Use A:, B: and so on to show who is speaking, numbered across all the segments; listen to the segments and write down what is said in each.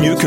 A: mieux que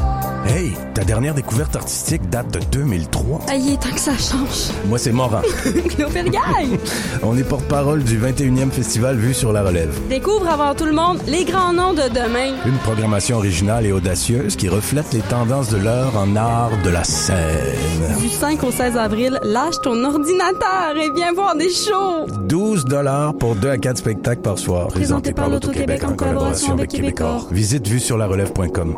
B: Hey, ta dernière découverte artistique date de 2003.
C: Aïe, tant que ça change.
B: Moi, c'est Morin.
C: Clopérgaille!
B: On est porte-parole du 21e festival Vue sur la Relève.
C: Découvre avant tout le monde les grands noms de demain.
B: Une programmation originale et audacieuse qui reflète les tendances de l'heure en art de la scène.
C: Du 5 au 16 avril, lâche ton ordinateur et viens voir des shows.
B: 12 dollars pour 2 à 4 spectacles par soir.
C: Présenté par l'Auto-Québec en collaboration avec Québecor.
B: Visite vue sur la relève.com.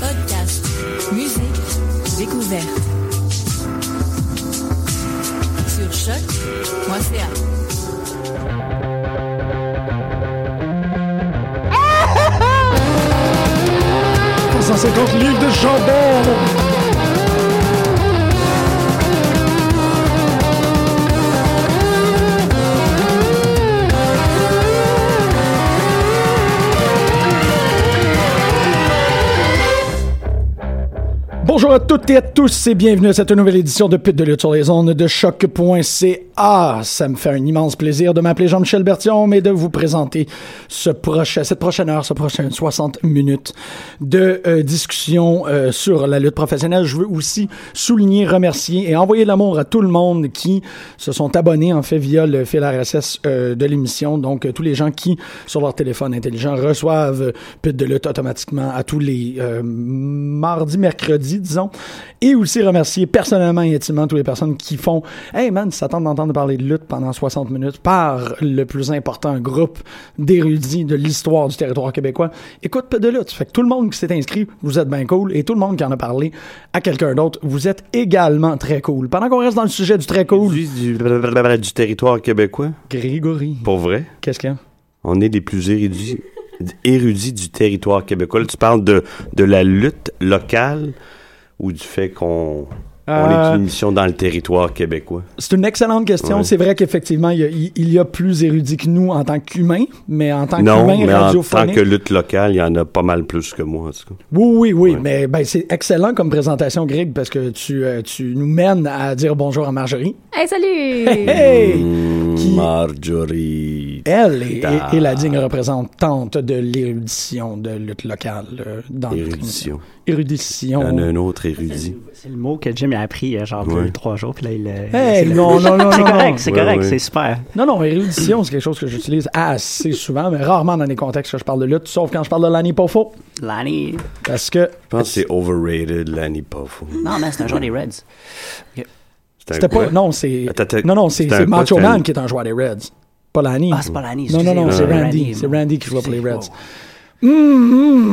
D: Podcast, musique, découverte. Sur choc.ca.
E: Pour 150 livres de chandelle. Bonjour à toutes et à tous et bienvenue à cette nouvelle édition de Pit de lutte sur les ondes de choc.ca. Ça me fait un immense plaisir de m'appeler Jean-Michel Bertillon mais de vous présenter ce prochain, cette prochaine heure, ce prochain 60 minutes de euh, discussion euh, sur la lutte professionnelle. Je veux aussi souligner, remercier et envoyer de l'amour à tout le monde qui se sont abonnés en fait via le fil RSS euh, de l'émission. Donc tous les gens qui sur leur téléphone intelligent reçoivent Pit de lutte automatiquement à tous les euh, mardis, mercredis disons. Et aussi remercier personnellement et intimement toutes les personnes qui font Hey man, tu t'attends d'entendre parler de lutte pendant 60 minutes par le plus important groupe d'érudits de l'histoire du territoire québécois. Écoute peu de lutte. Fait que tout le monde qui s'est inscrit, vous êtes bien cool. Et tout le monde qui en a parlé à quelqu'un d'autre, vous êtes également très cool. Pendant qu'on reste dans le sujet du très cool,
F: Du, du- blablabla du territoire québécois.
E: Grégory,
F: Pour vrai,
E: qu'est-ce qu'il y a?
F: on est les plus érudits, érudits du territoire québécois. Là, tu parles de, de la lutte locale ou du fait qu'on on
E: Euh,
F: est une émission dans le territoire québécois?
E: C'est une excellente question.
F: Ouais.
E: C'est vrai qu'effectivement, il y, a- il- il y a plus érudit que nous en tant qu'humains, mais en tant
F: Non,
E: qu'humains
F: mais en tant
E: radiophoniques...
F: que lutte locale, il y en a pas mal plus que moi, en tout cas.
E: Oui, oui, oui,
F: Ouais.
E: mais ben, c'est excellent comme présentation, Greg, parce que tu, euh, tu nous mènes à dire bonjour à Marjorie.
C: Hey, salut!
E: Hey! Qui-
F: Hmm, Marjorie.
E: Elle est,
F: Ah.
E: est- est la digne représentante de l'érudition de lutte locale euh, dans notre
F: Érudition.
E: émission. Érudition.
F: Il y en a un autre érudit.
G: C'est le mot que Jim a appris il y a genre
F: Ouais.
G: deux, trois jours, puis là il euh,
E: Hey,
G: c'est le-
E: non, non, non,
G: C'est
E: non,
G: correct, c'est
F: Ouais,
G: correct,
F: ouais.
G: c'est super.
E: Non, non, érudition, c'est quelque chose que j'utilise assez souvent, mais rarement dans les contextes que je parle de lutte, sauf quand je parle de l'année pas faux,
G: Lanny.
E: parce que
F: Je pense que c'est overrated, Lanny Puff.
G: Non, mais c'est un jour des Reds.
F: C'est un
E: c'était
F: quoi?
E: pas... Non, c'est...
F: Attends, attends,
E: Non, non, c'est
F: c'est un
E: c'est
F: quoi,
E: Macho
F: c'est un-
E: Man qui est un joueur des Reds, pas l'année.
G: Ah, c'est pas Lanny.
E: Non, non, non,
G: excusez-moi.
E: c'est Randy. C'est Randy qui joue pour les Reds. Hum,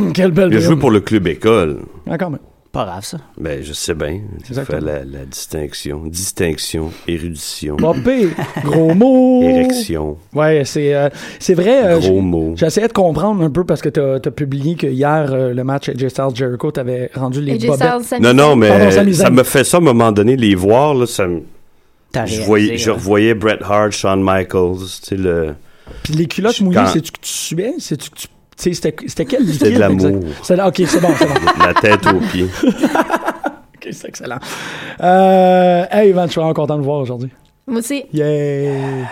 E: hum, quelle belle
F: Il a joué
E: brune.
F: pour le club école.
E: Ah, quand même.
G: Pas grave, ça.
F: Ben, je sais bien. Tu
E: Exactement.
F: fais la, la distinction. Distinction, érudition,
E: Pas pire. Gros mot.
F: érection,
E: Ouais, c'est euh, c'est vrai. euh,
F: gros
E: j'ai-
F: mot.
E: J'essayais de comprendre un peu parce que t'as as publié que hier, euh, le match AJ Styles Jericho, t'avais rendu les
C: AJ
E: bobettes.
C: Styles, samedi.
F: Non, non, mais
E: Pardon, Sami Zayn.
F: ça me fait ça à un moment donné, les voir, là, ça me-
G: T'as
F: je,
G: réalisé,
F: voyais, je
G: là.
F: revoyais Bret Hart, Shawn Michaels, tu sais, le...
E: Puis les culottes
F: Je-
E: mouillées,
F: quand-
E: c'est-tu que tu suais? C'est-tu que tu... tu sais, C'était c'était quel liquide?
F: de l'amour.
E: exact- C'est- OK, c'est bon, c'est bon.
F: la tête aux pieds.
E: OK, c'est excellent. Euh, hey, Van, je suis vraiment content de vous voir aujourd'hui.
C: Moi aussi.
E: Yeah!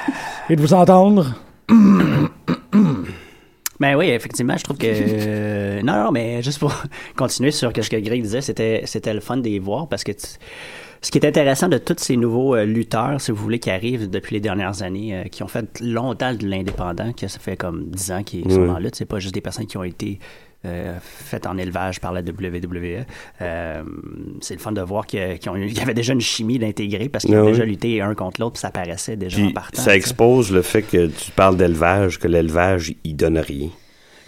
E: Et de vous entendre.
G: Ben oui, effectivement, je trouve que. euh, non, non, mais juste pour continuer sur ce que Greg disait, c'était, c'était le fun de les voir parce que tu- ce qui est intéressant de tous ces nouveaux euh, lutteurs, si vous voulez, qui arrivent depuis les dernières années, euh, qui ont fait longtemps de l'indépendant, que ça fait comme 10 ans qu'ils sont
F: Ouais.
G: en lutte, c'est pas juste des personnes qui ont été. euh, faites en élevage par la WWE. Euh, c'est le fun de voir que- qu'ils ont eu- qu'il y avait déjà une chimie d'intégrer parce qu'ils ont
F: Ouais.
G: déjà lutté un contre l'autre, puis ça paraissait déjà en
F: Ben Puis
G: partant.
F: ça
G: tu sais.
F: expose le fait que tu parles d'élevage, que l'élevage, il donne rien.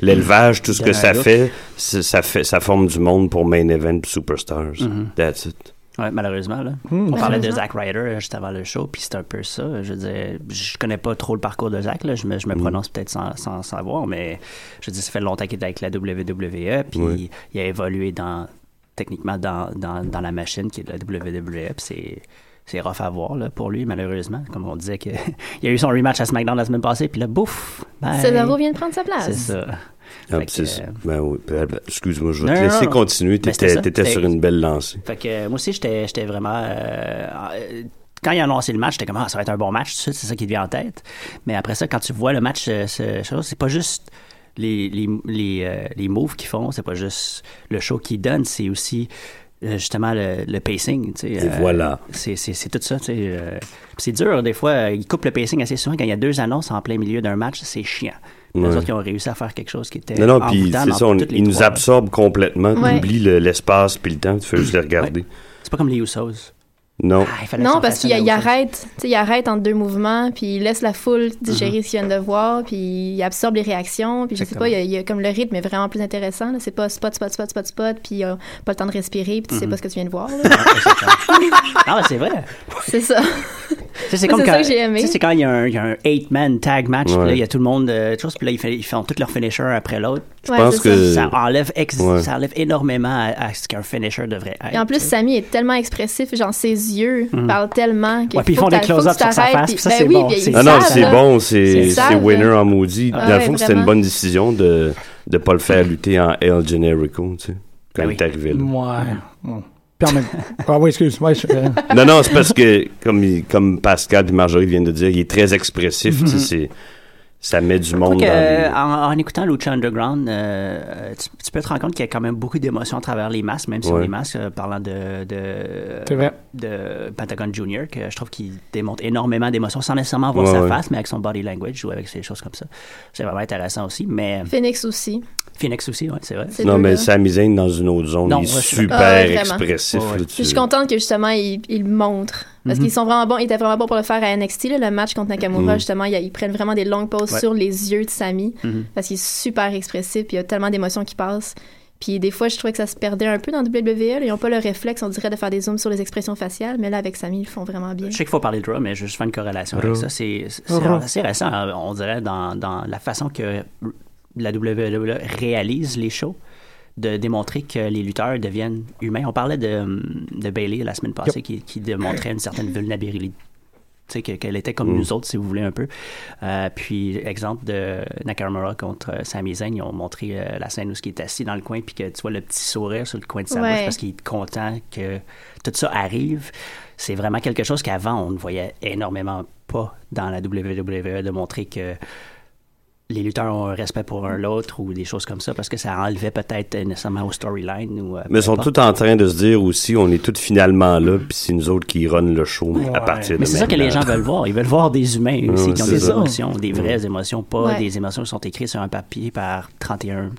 F: L'élevage, tout ce
G: Donne
F: que
G: un
F: ça
G: look.
F: fait, c'est- ça fait, ça forme du monde pour main event puis superstars. That's it.
G: Ouais, malheureusement. Là.
F: Hmm,
G: On parlait de Zack Ryder euh, juste avant le show, puis c'est un peu ça. Je veux dire, je connais pas trop le parcours de Zack, là. Je me, je
F: Hmm.
G: me prononce peut-être sans, sans savoir, mais je dis ça fait longtemps qu'il est avec la WWE, puis
F: Oui.
G: il a évolué dans, techniquement dans, dans, dans la machine qui est la WWE, puis c'est. C'est rough à voir là, pour lui, malheureusement. Comme on disait, que, il a eu son rematch à SmackDown la semaine passée, puis là, bouf! bye.
H: Cesaro vient de prendre sa place.
G: C'est ça.
F: Ah,
G: Fait
F: puis c'est
G: que,
F: ça.
G: euh,
F: Ben oui. Ben, ben, Excuse-moi, je vais
G: Non,
F: te
G: non,
F: laisser
G: non.
F: continuer.
G: Mais c'était
F: T'étais
G: ça.
F: t'étais sur
G: C'était-
F: une belle lancée.
G: Fait que euh, moi aussi, j'étais j'étais vraiment. euh, euh, quand il a annoncé le match, j'étais comme, ah, ça va être un bon match, tout de suite, c'est ça qui devient en tête. Mais après ça, quand tu vois le match, euh, ce- chose, c'est pas juste les, les, les, euh, les moves qu'ils font, c'est pas juste le show qu'ils donnent, c'est aussi euh, justement le, le pacing. tu sais, euh,
F: Et voilà.
G: C'est c'est- c'est tout ça. tu sais, euh. Puis c'est dur, des fois, euh, ils coupent le pacing assez souvent. Quand il y a deux annonces en plein milieu d'un match, c'est chiant. Les
F: Ouais.
G: autres qui ont réussi à faire quelque chose qui était.
F: Non, non, puis
G: envoûtant
F: c'est
G: dans
F: ça, on-
G: toutes les
F: il nous
G: trois, là.
F: absorbe complètement.
H: Ouais.
F: T'oublies le- l'espace puis le temps, tu fais juste les regarder.
G: C'est pas comme les Usos.
F: Non.
G: Ah, il fallait que
H: Non,
G: ça
H: parce
G: fasse
H: qu'il
G: ça, les
H: il
G: Usos.
H: arrête, tu sais, il arrête entre deux mouvements, puis il laisse la foule
G: Mhm.
H: digérer ce qu'il vient de voir, puis il absorbe les réactions, puis je sais
G: Exactement.
H: pas, il y a, il y a comme le rythme est vraiment plus intéressant. là. C'est pas spot, spot, spot, spot, spot, puis euh, pas le temps de respirer, puis tu
G: Mhm.
H: sais pas ce que tu viens de voir. là.
G: Ah, ben, c'est vrai.
H: c'est ça.
G: Tu sais, C'est
H: Moi,
G: comme
H: c'est
G: quand,
H: ça que j'ai aimé.
G: tu sais, c'est quand il y a un, il y a un eight-man tag match, puis
F: Ouais.
G: là, il y a tout le monde, euh, chose, puis là, ils, fait- ils font tous leurs finishers après l'autre.
H: Je
F: pense que-
G: Ça enlève, ex-
F: Ouais.
G: ça enlève énormément à, à ce qu'un finisher devrait être.
H: Et en plus, Samy est tellement expressif, genre ses yeux parlent tellement que
G: Mhm. Ouais, puis ils
H: faut
G: font
H: que
G: des
H: t'a- faut que
G: close-ups
H: tu
G: sur sa
H: t'arrêtes,
G: face,
H: puis-
G: puis ça,
H: ben
G: c'est
H: oui,
G: bon,
H: puis
G: c'est- hein.
H: ils
F: Ah non,
H: savent, hein.
F: c'est
H: là.
F: bon, c'est
H: Ils
F: c'est
H: savent,
F: winner
H: là.
F: en maudit.
H: Ah
F: Dans le
H: ouais,
F: fond, c'était une
H: vraiment.
F: bonne décision de ne pas le faire lutter en El Generico, tu sais, quand
G: Ben
F: il
G: oui.
F: est arrivé. là.
E: Ouais. Mm. Puis en même- Ah oui, excuse. Ouais, je- euh,
F: Non, non, c'est parce que, comme, il- comme Pascal et Marjorie viennent de dire, il est très expressif, tu sais, c'est- ça met du
G: Mhm. Je
F: monde
G: trouve que,
F: dans
G: euh,
F: les-
G: en, en écoutant Lucha Underground, euh, tu, tu peux te rendre compte qu'il y a quand même beaucoup d'émotions à travers les masques, même si on
F: Ouais.
G: les masques, euh, parlant de, de,
E: C'est vrai.
G: de Pentagon Junior, que je trouve qu'il démontre énormément d'émotions sans nécessairement voir
F: Ouais,
G: sa
F: ouais.
G: face, mais avec son body language ou avec ces choses comme ça. C'est vraiment intéressant aussi, mais
H: Phoenix aussi.
G: Phoenix aussi, ouais, c'est vrai.
H: ces
F: Non, mais
H: deux-là.
F: Sami Zayn dans une autre zone,
G: Non,
F: il est
G: ouais, je-
F: super
H: Ah ouais, vraiment.
F: expressif.
G: Ouais, ouais.
F: là,
H: Puis
F: tu-
H: Je suis contente que justement ils, ils le montrent parce
E: Mhm.
H: qu'ils sont vraiment bons. Ils étaient vraiment bons pour le faire à NXT là, le match contre Nakamura justement. Ils, ils prennent vraiment des longues pauses
G: Ouais.
H: sur les yeux de Sami
E: Mhm.
H: parce qu'il est super expressif. Puis il y a tellement d'émotions qui passent. Puis des fois je trouvais que ça se perdait un peu dans WWE. là. Ils n'ont pas le réflexe on dirait de faire des zooms sur les expressions faciales, mais là avec Sami ils le font vraiment bien.
G: Je sais qu'il faut parler de Raw, mais je vais juste faire une corrélation avec ça. C'est c'est- c'est assez récent, hein, on dirait, dans, dans la façon que la WWE réalise les shows, de démontrer que les lutteurs deviennent humains. On parlait de, de Bailey la semaine passée qui, qui démontrait une certaine vulnérabilité. Tu sais, que- qu'elle était
F: Mm.
G: comme nous autres, si vous voulez, un peu. Euh, puis, exemple de Nakamura contre euh, Sami Zayn, ils ont montré euh, la scène où il est assis dans le coin, puis que tu vois le petit sourire sur le coin de sa
H: Ouais.
G: bouche parce qu'il est content que tout ça arrive. C'est vraiment quelque chose qu'avant, on ne voyait énormément pas dans la WWE, de montrer que les lutteurs ont un respect pour un l'autre ou des choses comme ça, parce que ça enlevait peut-être euh, nécessairement au storyline. Ou, euh, peu
F: Mais ils sont
G: importe.
F: tous en train de se dire aussi, on est tous finalement là, puis c'est nous autres qui run le show à partir de
G: Mais c'est ça que les gens
F: maintenant.
G: veulent voir. Ils veulent voir des humains aussi
F: Ouais,
G: qui ont
F: c'est
G: des
F: ça.
G: émotions, des vraies émotions, pas
H: Ouais.
G: des émotions qui sont écrites sur un papier par 31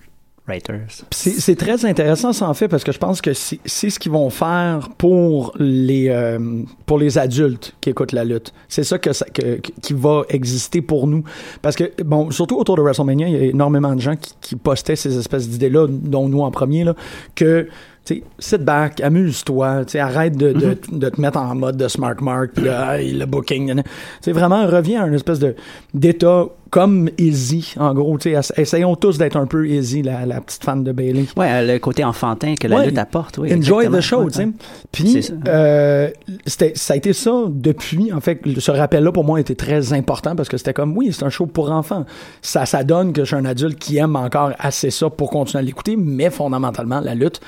G: writers.
E: Puis C'est c'est très intéressant, ça, en fait, parce que je pense que c'est c'est ce qu'ils vont faire pour les, euh, pour les adultes qui écoutent la lutte. C'est ça, que ça- que- que- qui va exister pour nous. Parce que, bon, surtout autour de WrestleMania, il y a énormément de gens qui, qui postaient ces espèces d'idées-là, dont nous en premier, là, que, tu sais, sit back, amuse-toi, tu sais, arrête de, de, de te mettre en mode de smart mark, puis de, Hey, le booking. nan, nan. Tu sais, vraiment, reviens à une espèce de- d'état comme easy, en gros. Tu sais, ess- essayons tous d'être un peu easy, la, la petite fan de Bailey.
G: Ouais, euh, le côté enfantin que la
E: Ouais.
G: lutte apporte. Oui,
E: Enjoy
G: exactement.
E: the show,
G: Ouais,
E: tu sais.
G: ouais. C'est
E: Puis,
G: ça.
E: euh, c'était- ça a été ça depuis. En fait, ce rappel-là, pour moi, était très important parce que c'était comme, oui, c'est un show pour enfants. Ça, ça donne que je suis un adulte qui aime encore assez ça pour continuer à l'écouter, mais fondamentalement, la lutte,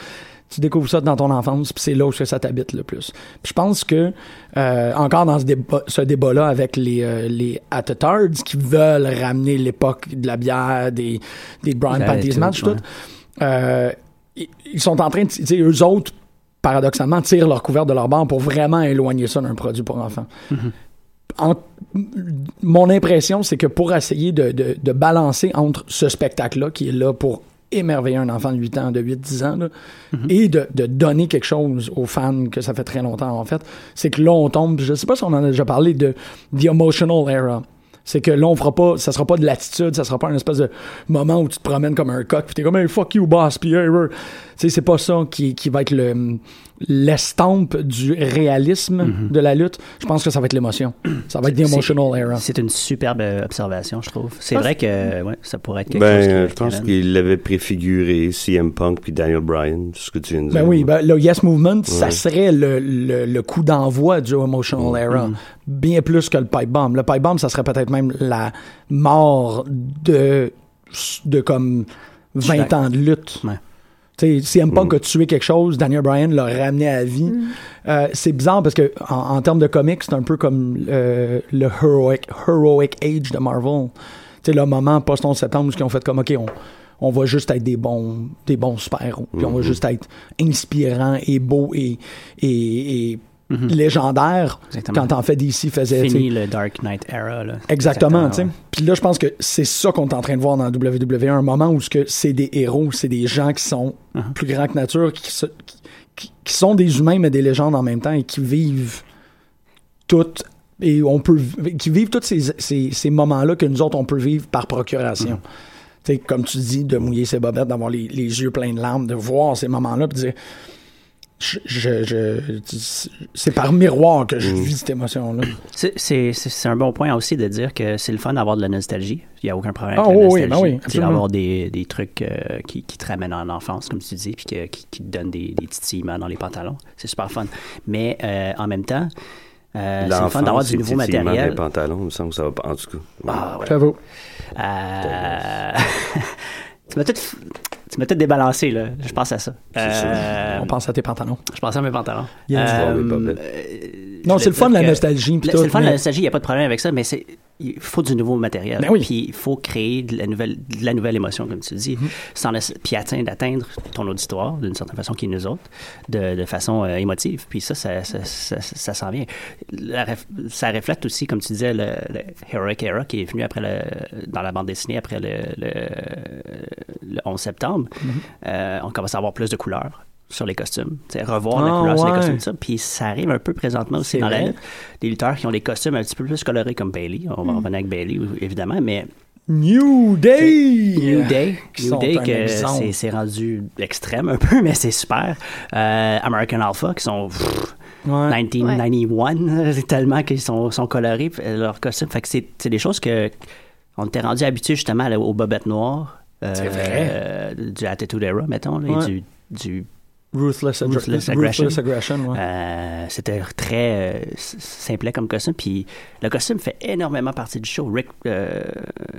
E: tu découvres ça dans ton enfance, puis c'est là où est-ce que ça t'habite le plus. Puis je pense que, euh, encore dans ce, débat, ce débat-là avec les, euh, les Atetards qui veulent ramener l'époque de la bière, des, des Brian
G: La
E: Panties
G: tout,
E: match,
G: ouais.
E: tout, euh, ils ils sont en train de. tu sais, Eux autres, paradoxalement, tirent leur couvert de leur barre pour vraiment éloigner ça d'un produit pour enfants.
G: Mm-hmm.
E: En- mon impression, c'est que pour essayer de, de- de balancer entre ce spectacle-là, qui est là pour émerveiller un enfant de 8 ans, de 8-10 ans, là,
G: Mhm.
E: et de, de donner quelque chose aux fans que ça fait très longtemps, en fait, c'est que là, on tombe, je sais pas si on en a déjà parlé, de The Emotional Era. C'est que là, on fera pas, ça sera pas de l'attitude, ça sera pas un espèce de moment où tu te promènes comme un coq, puis t'es comme, hey, fuck you, boss, puis hey, hey. sais, c'est pas ça qui, qui va être le l'estampe du réalisme de la lutte. Je pense que ça va être l'émotion. Ça va être
G: Mhm. C'est-
E: l'emotional era.
G: C'est une superbe euh, observation, je trouve. C'est vrai que euh, ouais, ça pourrait être quelque chose. qui-
F: Ben, je
G: qui
F: pense
G: amène.
F: qu'il l'avait préfiguré, CM Punk puis Daniel Bryan, c'est ce que tu viens de dire.
E: Ben oui,
G: Euh,
E: ben, le Yes Movement, ça serait le, le, le coup d'envoi du Emotional Era, bien plus que le Pipe Bomb. Le Pipe Bomb, ça serait peut-être même la mort de, de comme 20
G: d'accord.
E: ans de lutte.
G: Ouais.
E: Tu sais, CM Punk a tué quelque chose, Daniel Bryan l'a ramené à vie. Euh, c'est bizarre parce que en, en termes de comics, c'est un peu comme euh, le heroic, heroic Age de Marvel. Tu sais, le moment post-11 septembre où ils ont fait comme, OK, on, on va juste être des bons, des bons super-héros. Puis on va juste être inspirant et beau et, et, et légendaire.
G: Exactement.
E: Quand en fait, DC faisait... tu sais,
G: Fini le Dark Knight era. Là.
E: Exactement, tu sais.
G: ouais.
E: Puis là, je pense que c'est ça qu'on est en train de voir dans WWE, un moment où ce que c'est des héros, c'est des gens qui sont
G: Uh-huh.
E: plus grands que nature, qui, se- qui- qui- qui sont des humains mais des légendes en même temps et qui vivent toutes et on peut vi- qui vivent tous ces, ces- ces moments-là que nous autres on peut vivre par procuration.
G: Uh-huh.
E: Tu sais, comme tu dis, de mouiller ses bobettes, d'avoir les, les yeux pleins de larmes, de voir ces moments-là, puis de dire je, je- je- c'est par miroir que je
G: Mm.
E: vis cette émotion-là.
G: C'est- C'est c'est- c'est un bon point aussi de dire que c'est le fun d'avoir de la nostalgie. Il n'y a aucun problème
E: Ah,
G: avec la
E: oui, oui, ben
G: nostalgie.
E: oui,
G: c'est
E: absolument.
G: d'avoir des, des trucs euh, qui, qui te ramènent en enfance, comme tu dis, puis que- qui, qui te donnent des, des titillements dans les pantalons. C'est super fun. Mais euh, en même temps, euh, c'est le
F: L'enfance,
G: fun d'avoir du
F: c'est
G: nouveau
F: effectivement
G: matériel.
F: Les pantalons, il me semble que ça va pas. En tout cas.
G: Ah, ouais.
E: Bravo.
G: Euh, tu m'as tout, f- tu m'as tout débalancé, là. Je pense à ça. Euh,
E: on pense à tes pantalons.
G: Je pensais à mes pantalons.
E: Yes.
F: Tu vois, mais pas
G: Euh,
F: bête.
E: Non, c'est le fun, la
G: que-
E: nostalgie. pis
G: Le-
E: tout,
G: C'est le fun,
E: mais-
G: la nostalgie, il n'y a pas de problème avec ça, mais c'est il faut du nouveau matériel.
E: Ben oui.
G: Puis il faut créer de la nouvelle, de la nouvelle émotion, comme tu dis,
E: Mm-hmm.
G: sans la- puis atteindre, atteindre ton auditoire d'une certaine façon qui est nous autres, de, de façon euh, émotive. Puis ça, ça, ça, ça- ça s'en vient. La ref- ça reflète aussi, comme tu disais, le, le Heroic Era qui est venu après le, dans la bande dessinée après le, le- le 11 septembre.
E: Mm-hmm.
G: Euh, on commence à avoir plus de couleurs sur les costumes. Tu sais, revoir la
E: Ah,
G: couleur sur les
E: ouais.
G: costumes, tout ça. Puis ça arrive un peu présentement aussi
E: C'est
G: dans
E: vrai.
G: la lutte des lutteurs qui ont des costumes un petit peu plus colorés comme Bailey. On
E: Hmm.
G: va revenir avec Bailey, évidemment, mais
E: New Day!
G: New Day,
E: Qui
G: New
E: sont
G: Day
E: un
G: que
E: exemple.
G: c'est- c'est rendu extrême un peu, mais c'est super. Euh, American Alpha, qui sont pff,
E: Ouais.
G: 1991, tellement qu'ils sont, sont colorés, puis, euh, leurs costumes. Fait que c'est c'est des choses que on était rendu habitué justement à la- aux bobettes noires. euh,
E: C'est vrai.
G: euh, du Attitude Era, mettons, là, et
E: Ouais.
G: du- du
E: Ruthless, aggr-
G: Ruthless Aggression.
E: Ruthless Aggression, ouais.
G: Euh, c'était très euh, s- simplet comme costume. Puis le costume fait énormément partie du show. Rick, euh,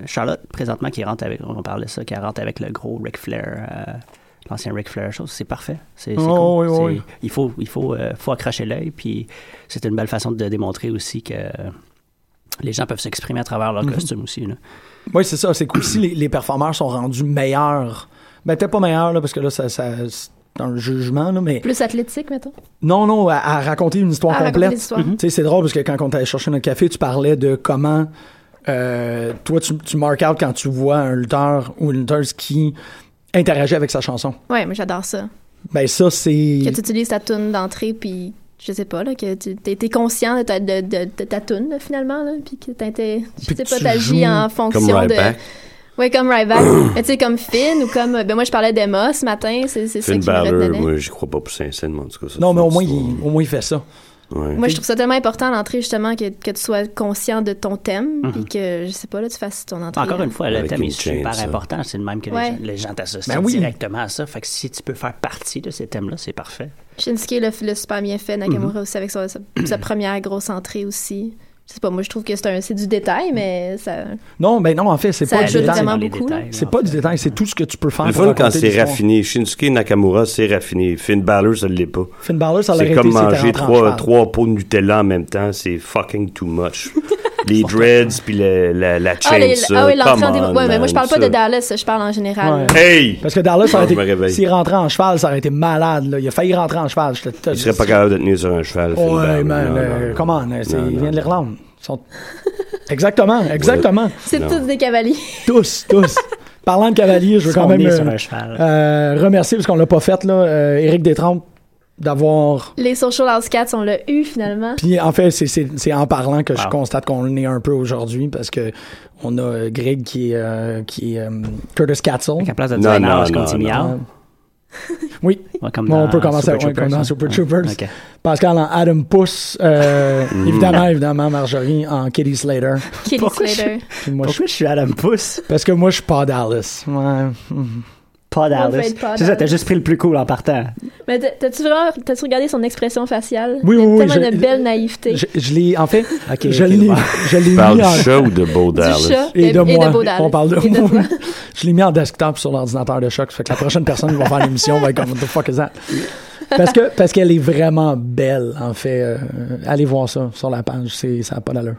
G: Charlotte, présentement, qui rentre avec, on parle de ça, qui rentre avec le gros Ric Flair, euh, l'ancien Ric Flair, chose. C'est parfait. C'est c'est
E: Oh,
G: cool.
E: oui, oui,
G: C'est- Il faut, il faut, euh, faut accrocher l'œil. Puis c'est une belle façon de démontrer aussi que les gens peuvent s'exprimer à travers
E: Mhm.
G: leur costume aussi. là.
E: Oui, c'est ça. C'est qu'aussi, les, les performeurs sont rendus meilleurs. Ben, peut-être pas meilleurs, là, parce que là, ça, ça- c'est un jugement, là, mais...
H: Plus athlétique, mettons.
E: Non, non, à, à raconter une histoire
H: À raconter
E: complète.
H: des histoires.
E: Tu
H: Mhm.
E: sais, c'est drôle, parce que quand on t'allait chercher notre café, tu parlais de comment... euh, toi, tu, tu mark out quand tu vois un lutteur ou une lutteuse qui interagit avec sa chanson.
H: Ouais, moi j'adore ça.
E: Ben, ça, c'est...
H: Que tu utilises ta toune d'entrée, puis je sais pas, là, que tu t'es t'es conscient de ta, de, de- de ta toune, là, finalement, là, puis que t'inté- je
E: Puis
H: sais
E: que
H: pas,
E: tu
H: t'agis
E: joues
H: en
F: Comme
H: fonction
F: right
H: de...
F: back.
H: Ouais, comme Ryback. Mais tu sais, comme Finn ou comme. Ben, moi, je parlais d'Emma ce matin. C'est c'est ça
F: Finn
H: qui me
F: Balor,
H: retenait. Moi,
F: moi, j'y crois pas pour sincèrement. En tout cas, ça,
E: Non,
F: c'est
E: mais au
F: une
E: moins,
F: histoire.
E: il, au moins, il fait ça.
F: Ouais.
H: je trouve ça tellement important à l'entrée, justement, que, que tu sois conscient de ton thème, puis que, je sais pas, là, tu fasses ton entrée.
G: Encore une fois, le
F: Avec
G: thème
F: une
G: est
F: chaîne,
G: super
F: ça.
G: important. C'est le même que les
H: Ouais.
G: gens- les gens t'associent
E: Ben oui.
G: directement à ça. Fait que si tu peux faire partie de ces thèmes-là, c'est parfait.
H: Shinsuke l'a l'a super bien fait, Nakamura aussi, avec sa, sa- sa première grosse entrée aussi. Je sais pas, moi, je trouve que c'est un- c'est du détail, mais ça.
E: Non, ben non, en fait, c'est
H: Ça
E: pas du
H: ajoute
E: détail.
H: vraiment
G: Dans les
H: beaucoup, là.
G: détails,
E: C'est
G: en
E: pas du
G: fait.
E: détail, c'est tout ce que tu peux faire.
F: Le
E: pour
F: fun quand
E: raconter
F: c'est
E: l'histoire.
F: raffiné. Shinsuke Nakamura, c'est raffiné. Finn Balor, ça l'est pas.
E: Finn Balor, ça l'aurait
F: C'est
E: été
F: comme
E: si c'était
F: manger
E: rentré en
F: trois,
E: cheval.
F: trois pots de Nutella en même temps. C'est fucking too much. les dreads, puis la, la, la chainsaw.
H: Ah, les- ah oui, l'entrée en
F: come
H: démo-
F: on,
H: Ouais, mais moi, je parle pas de
F: man,
H: Dallas, je parle en général.
E: Ouais.
H: là.
F: ça. Hey!
E: Parce que Dallas, ça aurait
F: Ah, je me
E: été-
F: réveille.
E: s'il rentrait en cheval, ça aurait été malade. Là. Il a failli rentrer en cheval. Je te-
F: Il serait pas capable de tenir sur un cheval. Finn
E: Ouais,
F: Balor.
E: man,
F: Non, non,
E: euh,
F: non.
E: come on, euh, c'est-
F: Non,
E: il vient
F: non,
E: de
F: non.
E: l'Irlande. Ils sont- exactement, exactement.
H: C'est
F: Non.
H: tous des cavaliers.
E: Tous, tous. Parlant de cavalier, je veux
G: Son
E: quand même
G: nez sur
E: euh,
G: un cheval.
E: euh, remercier, parce qu'on l'a pas fait, là, euh, Éric Détrempe, d'avoir
H: Les Social House Cats, on l'a eu, finalement.
E: Puis en fait, c'est- c'est c'est en parlant que je
G: Wow.
E: constate qu'on est un peu aujourd'hui parce que on a euh, Greg qui est, euh, qui est, euh, Curtis Euh, Cattle.
G: Fait qu'à place de
F: Non,
G: dire
F: non,
G: non, c'est
F: non,
G: comme
F: non.
G: Miao.
E: Oui.
G: Ouais, comme
E: Bon, on
G: dans
E: peut commencer
G: Super
E: avec- ouais,
G: Troopers,
E: comme dans
G: hein.
E: Super
G: Ouais,
E: Troopers.
G: ok.
E: Pascal en Adam Pousse, euh,
G: Mm.
E: évidemment, évidemment, Marjorie en Kitty Slater.
H: Kitty
G: Pourquoi
H: Slater.
E: Puis moi, je-
G: Pourquoi je suis Adam Pousse?
E: parce que moi, je suis pas Dallas. Ouais. Mhm.
G: Pas
H: veut
G: Dallas.
H: être pas
G: C'est ça,
H: Dallas.
G: t'as juste pris le plus cool en partant.
H: Mais t'as- t'as-tu vraiment t'as-tu regardé son expression faciale?
E: Oui,
H: Il y a
E: oui, oui,
H: Tellement
E: je-
H: de belle naïveté.
E: Je, je l'ai, en fait,
G: Ok,
E: je
G: ok,
E: l'ai,
G: ouais.
E: je l'ai
F: Tu
E: mis
F: parles du
E: en
F: chat ou de Beau
H: du
F: Dallas?
H: chat
E: et, de moi.
H: Beau Dallas.
E: On parle de
H: Et
E: moi.
H: toi.
E: je l'ai mis en desktop sur l'ordinateur de choc. Fait que la prochaine personne qui va faire l'émission va être comme What the fuck is that? Parce que parce qu'elle est vraiment belle, en fait. Euh, allez voir ça sur la page, c'est ça n'a pas d'allure.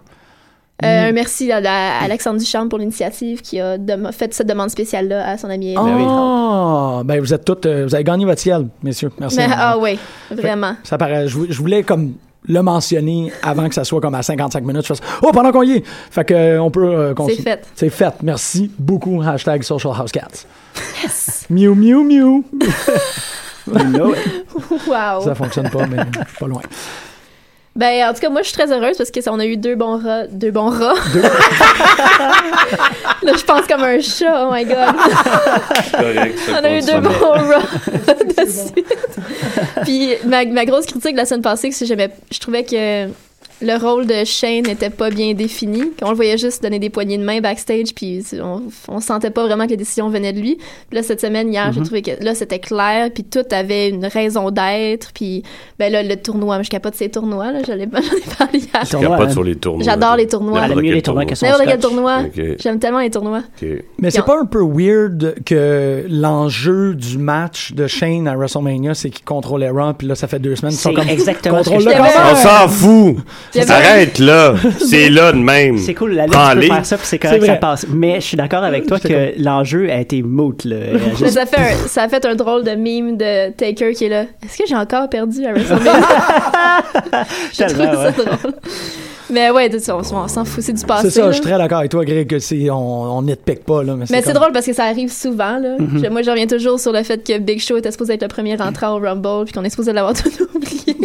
H: Euh, un merci à, la- à Alexandre Duchamp pour l'initiative qui a dem- fait cette demande spéciale-là à son ami. Hélène.
E: Ah, ben vous êtes toutes, euh, vous avez gagné votre ciel, messieurs. Merci.
H: Mais, ah oui, vraiment.
E: Ça paraît. Je, vou- je voulais comme le mentionner avant que ça soit comme à 55 minutes. Je fasse, oh, pendant qu'on y est. Fait que euh, on peut euh, continuer.
H: C'est fait.
E: C'est fait. Merci beaucoup. Hashtag Social House Cats. Miu, miu, miu.
G: No.
H: Wow.
E: Ça fonctionne pas, mais je suis pas loin.
H: Ben, en tout cas, moi, je suis très heureuse parce que ça, on a eu deux bons rats. Deux bons rats. Là, je pense comme un chat. Oh my God.
F: On
H: On a eu deux bons rats de suite. Puis ma, ma grosse critique de la semaine passée, c'est que j'aimais- je trouvais que le rôle de Shane n'était pas bien défini. On le voyait juste donner des poignées de main backstage, puis on, on sentait pas vraiment que les décisions venaient de lui. Puis là, cette semaine, hier, j'ai trouvé que là, c'était clair, puis tout avait une raison d'être. Puis ben là, le tournoi, je capote ces tournois, là, j'en ai, j'en ai parlé hier.
F: Je capote sur les tournois.
H: J'adore les
G: Elle
H: tournois.
G: aime
F: N'importe
G: mieux
F: quel
G: les tournois que son
H: N'importe quel
G: scotch.
H: tournoi.
F: Ok.
H: J'aime tellement les tournois.
F: Ok.
E: Mais c'est
H: Puis
E: pas un peu weird que l'enjeu du match de Shane à WrestleMania, c'est qu'il contrôlait Raw, puis là, ça fait deux semaines qu'ils sont
G: C'est
E: comme.
G: exactement ce que
E: Contrôle
G: je
E: le
H: t'avais
E: corps.
H: dit.
F: On s'en fout!
H: J'avais-
F: Arrête là! C'est là de même!
G: C'est cool, la lutte, tu
F: Prends-les.
G: peux faire ça, puis c'est
E: C'est
G: correct,
E: vrai.
G: ça passe. Mais je suis d'accord avec toi que l'enjeu a été moot, là. Elle a
H: Mais
G: juste-
H: ça, fait un, ça a fait un drôle de mime de Taker qui est là. Est-ce que j'ai encore perdu à WrestleMania? j'ai trouvé
G: Tellement,
H: ça drôle. Mais ouais, de toute façon, on s'en fout, c'est du passé.
E: C'est ça,
H: là.
E: je suis très d'accord avec toi, Greg, que c'est, on, on nitpick pas, là. Mais
H: Mais c'est
E: comme- Mhm.
H: drôle parce que ça arrive souvent. Là. Je- Moi, je reviens toujours sur le fait que Big Show était supposé être le premier rentrant au Rumble puis qu'on est supposé l'avoir tout oublié.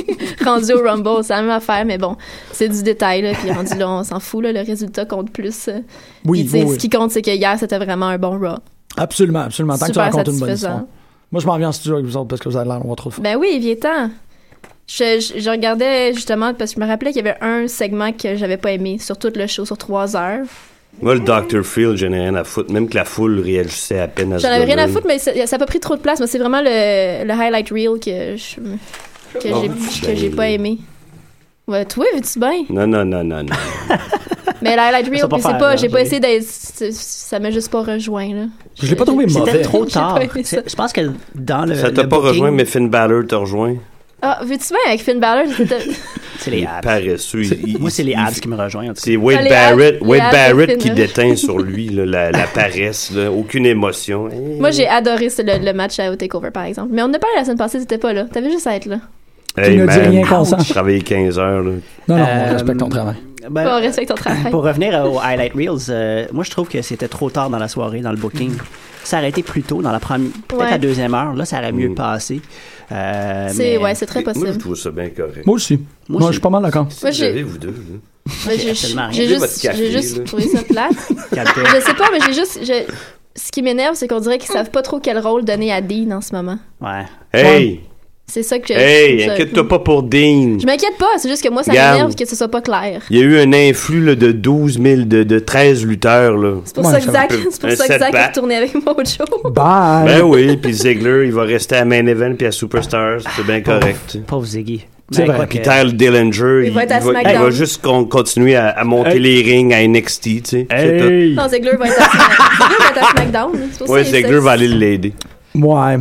H: rendu au Rumble, c'est la même affaire, mais bon, c'est du détail. Là, puis rendu là, on s'en fout. Là, le résultat compte plus. euh. Puis,
E: Oui,
H: tu
E: oui,
H: sais,
E: oui.
H: Ce qui compte, c'est que hier, c'était vraiment un bon Raw.
E: Absolument, absolument. Tant que tu
H: Super
E: racontes une bonne
H: satisfaisant.
E: histoire. Moi, je m'en viens en studio avec vous autres parce que vous avez l'air d'avoir trop de fun.
H: Ben oui, il temps. Je, je, je regardais justement parce que je me rappelais qu'il y avait un segment que j'avais pas aimé sur tout le show, sur trois heures.
F: Moi, le Dr. Phil, j'en ai rien à foutre. Même que la foule réagissait à peine à ce
H: J'en avais rien à
F: domaine.
H: foutre, mais ça ça a pas pris trop de place. Mais c'est vraiment le, le highlight reel que je, que
E: ben,
H: j'ai que j'ai pas aimé. Ouais, toi, veux-tu bien?
F: Non, non, non, non, non.
H: Mais le highlight
G: Ça
H: reel,
G: va
H: puis
G: pas
H: c'est
G: faire,
H: pas,
G: là,
H: j'ai pas
G: j'ai-
H: essayé d'être. c'est- Ça m'a juste pas rejoint, là.
E: Je l'ai pas trouvé
G: C'était
E: mauvais.
G: trop
H: J'ai
G: tard.
H: pas aimé ça.
G: C'est- Je pense que dans le.
F: ça t'a
G: Euh, le
F: pas
G: booking,
F: rejoint, mais Finn Balor t'a rejoint.
H: Ah, veux-tu bien avec Finn Balor? C'était-
G: C'est
F: Il
G: les
F: est
G: abs.
F: paresseux. il- il-
G: Moi, c'est les
F: il-
G: abs qui me rejoignent, en tout cas.
F: C'est
H: Ah,
F: Wade
H: les
F: Barrett,
H: abs- les
F: Wade
H: abs de
F: Barrett
H: Finn,
F: qui
H: là.
F: déteint sur lui là, la, la paresse, là, aucune émotion. Eh.
H: Moi, j'ai adoré ce- le, le match à Takeover, par exemple. Mais on en a parlé la semaine passée, c'était pas là. T'avais juste à être là.
E: Tu
F: Hey,
E: ne dis
F: man,
E: rien qu'on sent.
F: J'ai travaillé 15 heures. là.
E: Non, non, on
G: Euh,
E: respecte ton travail.
G: Ben,
H: Pas respecte ton travail.
G: pour revenir euh, aux highlight reels, euh, moi je trouve que c'était trop tard dans la soirée, dans le booking. Ça aurait été plus tôt, dans la première, peut-être
H: Ouais.
G: la deuxième heure. Là, ça aurait
F: Mm.
G: mieux passé. Euh,
H: C'est
G: mais-
H: ouais, c'est très
F: Ah, Moi, je
H: possible.
F: trouve ça bien correct.
E: Moi aussi. Moi,
G: aussi.
E: je suis pas mal d'accord.
H: Moi,
F: Qu'est-ce que
H: j'ai-
F: vous avez, vous deux. là?
H: Mais j'ai
G: absolument rien.
H: j'ai
F: Buvez votre
H: juste,
F: café,
H: j'ai juste
F: là.
H: trouvé ça plate.
G: Calme-toi.
H: je sais pas, mais j'ai juste. je- Ce qui m'énerve, c'est qu'on dirait qu'ils savent pas trop quel rôle donner à Dean en ce moment.
G: Ouais.
F: Hey,
H: C'est ça que je.
F: hey,
H: je-
F: inquiète-toi pas pour Dean.
H: Je m'inquiète pas, c'est juste que moi, ça
F: Garde.
H: m'énerve que ce soit pas clair.
F: Il y a eu un influx là, de 12 000, de, de 13 lutteurs. Là.
H: C'est pour
E: Ouais,
H: ça que
E: ça
H: Zach,
F: m'appelle
H: c'est pour
F: un
H: ça que Zach
F: setback.
H: est retourné avec Mojo.
E: Bye.
F: Ben oui, puis Ziggler, il va rester à Main Event puis à Superstars, c'est bien
E: Ah.
F: correct.
G: Pauvre Ziggy.
E: C'est
G: Mais euh,
E: vrai.
G: quoi
F: Puis
G: que-
F: Tyler Dillinger, il,
H: Il va être à
F: il va, il
H: SmackDown.
F: va juste con- continuer à, à monter
G: Hey.
F: les rings à NXT, tu sais. c'est tout.
G: Hey!
H: Non, Ziggler va être à Smack- Ziggler va être à SmackDown. C'est pour ça
F: Ouais,
H: que
F: Ziggler
H: ça-
F: va aller l'aider.
E: Ouais.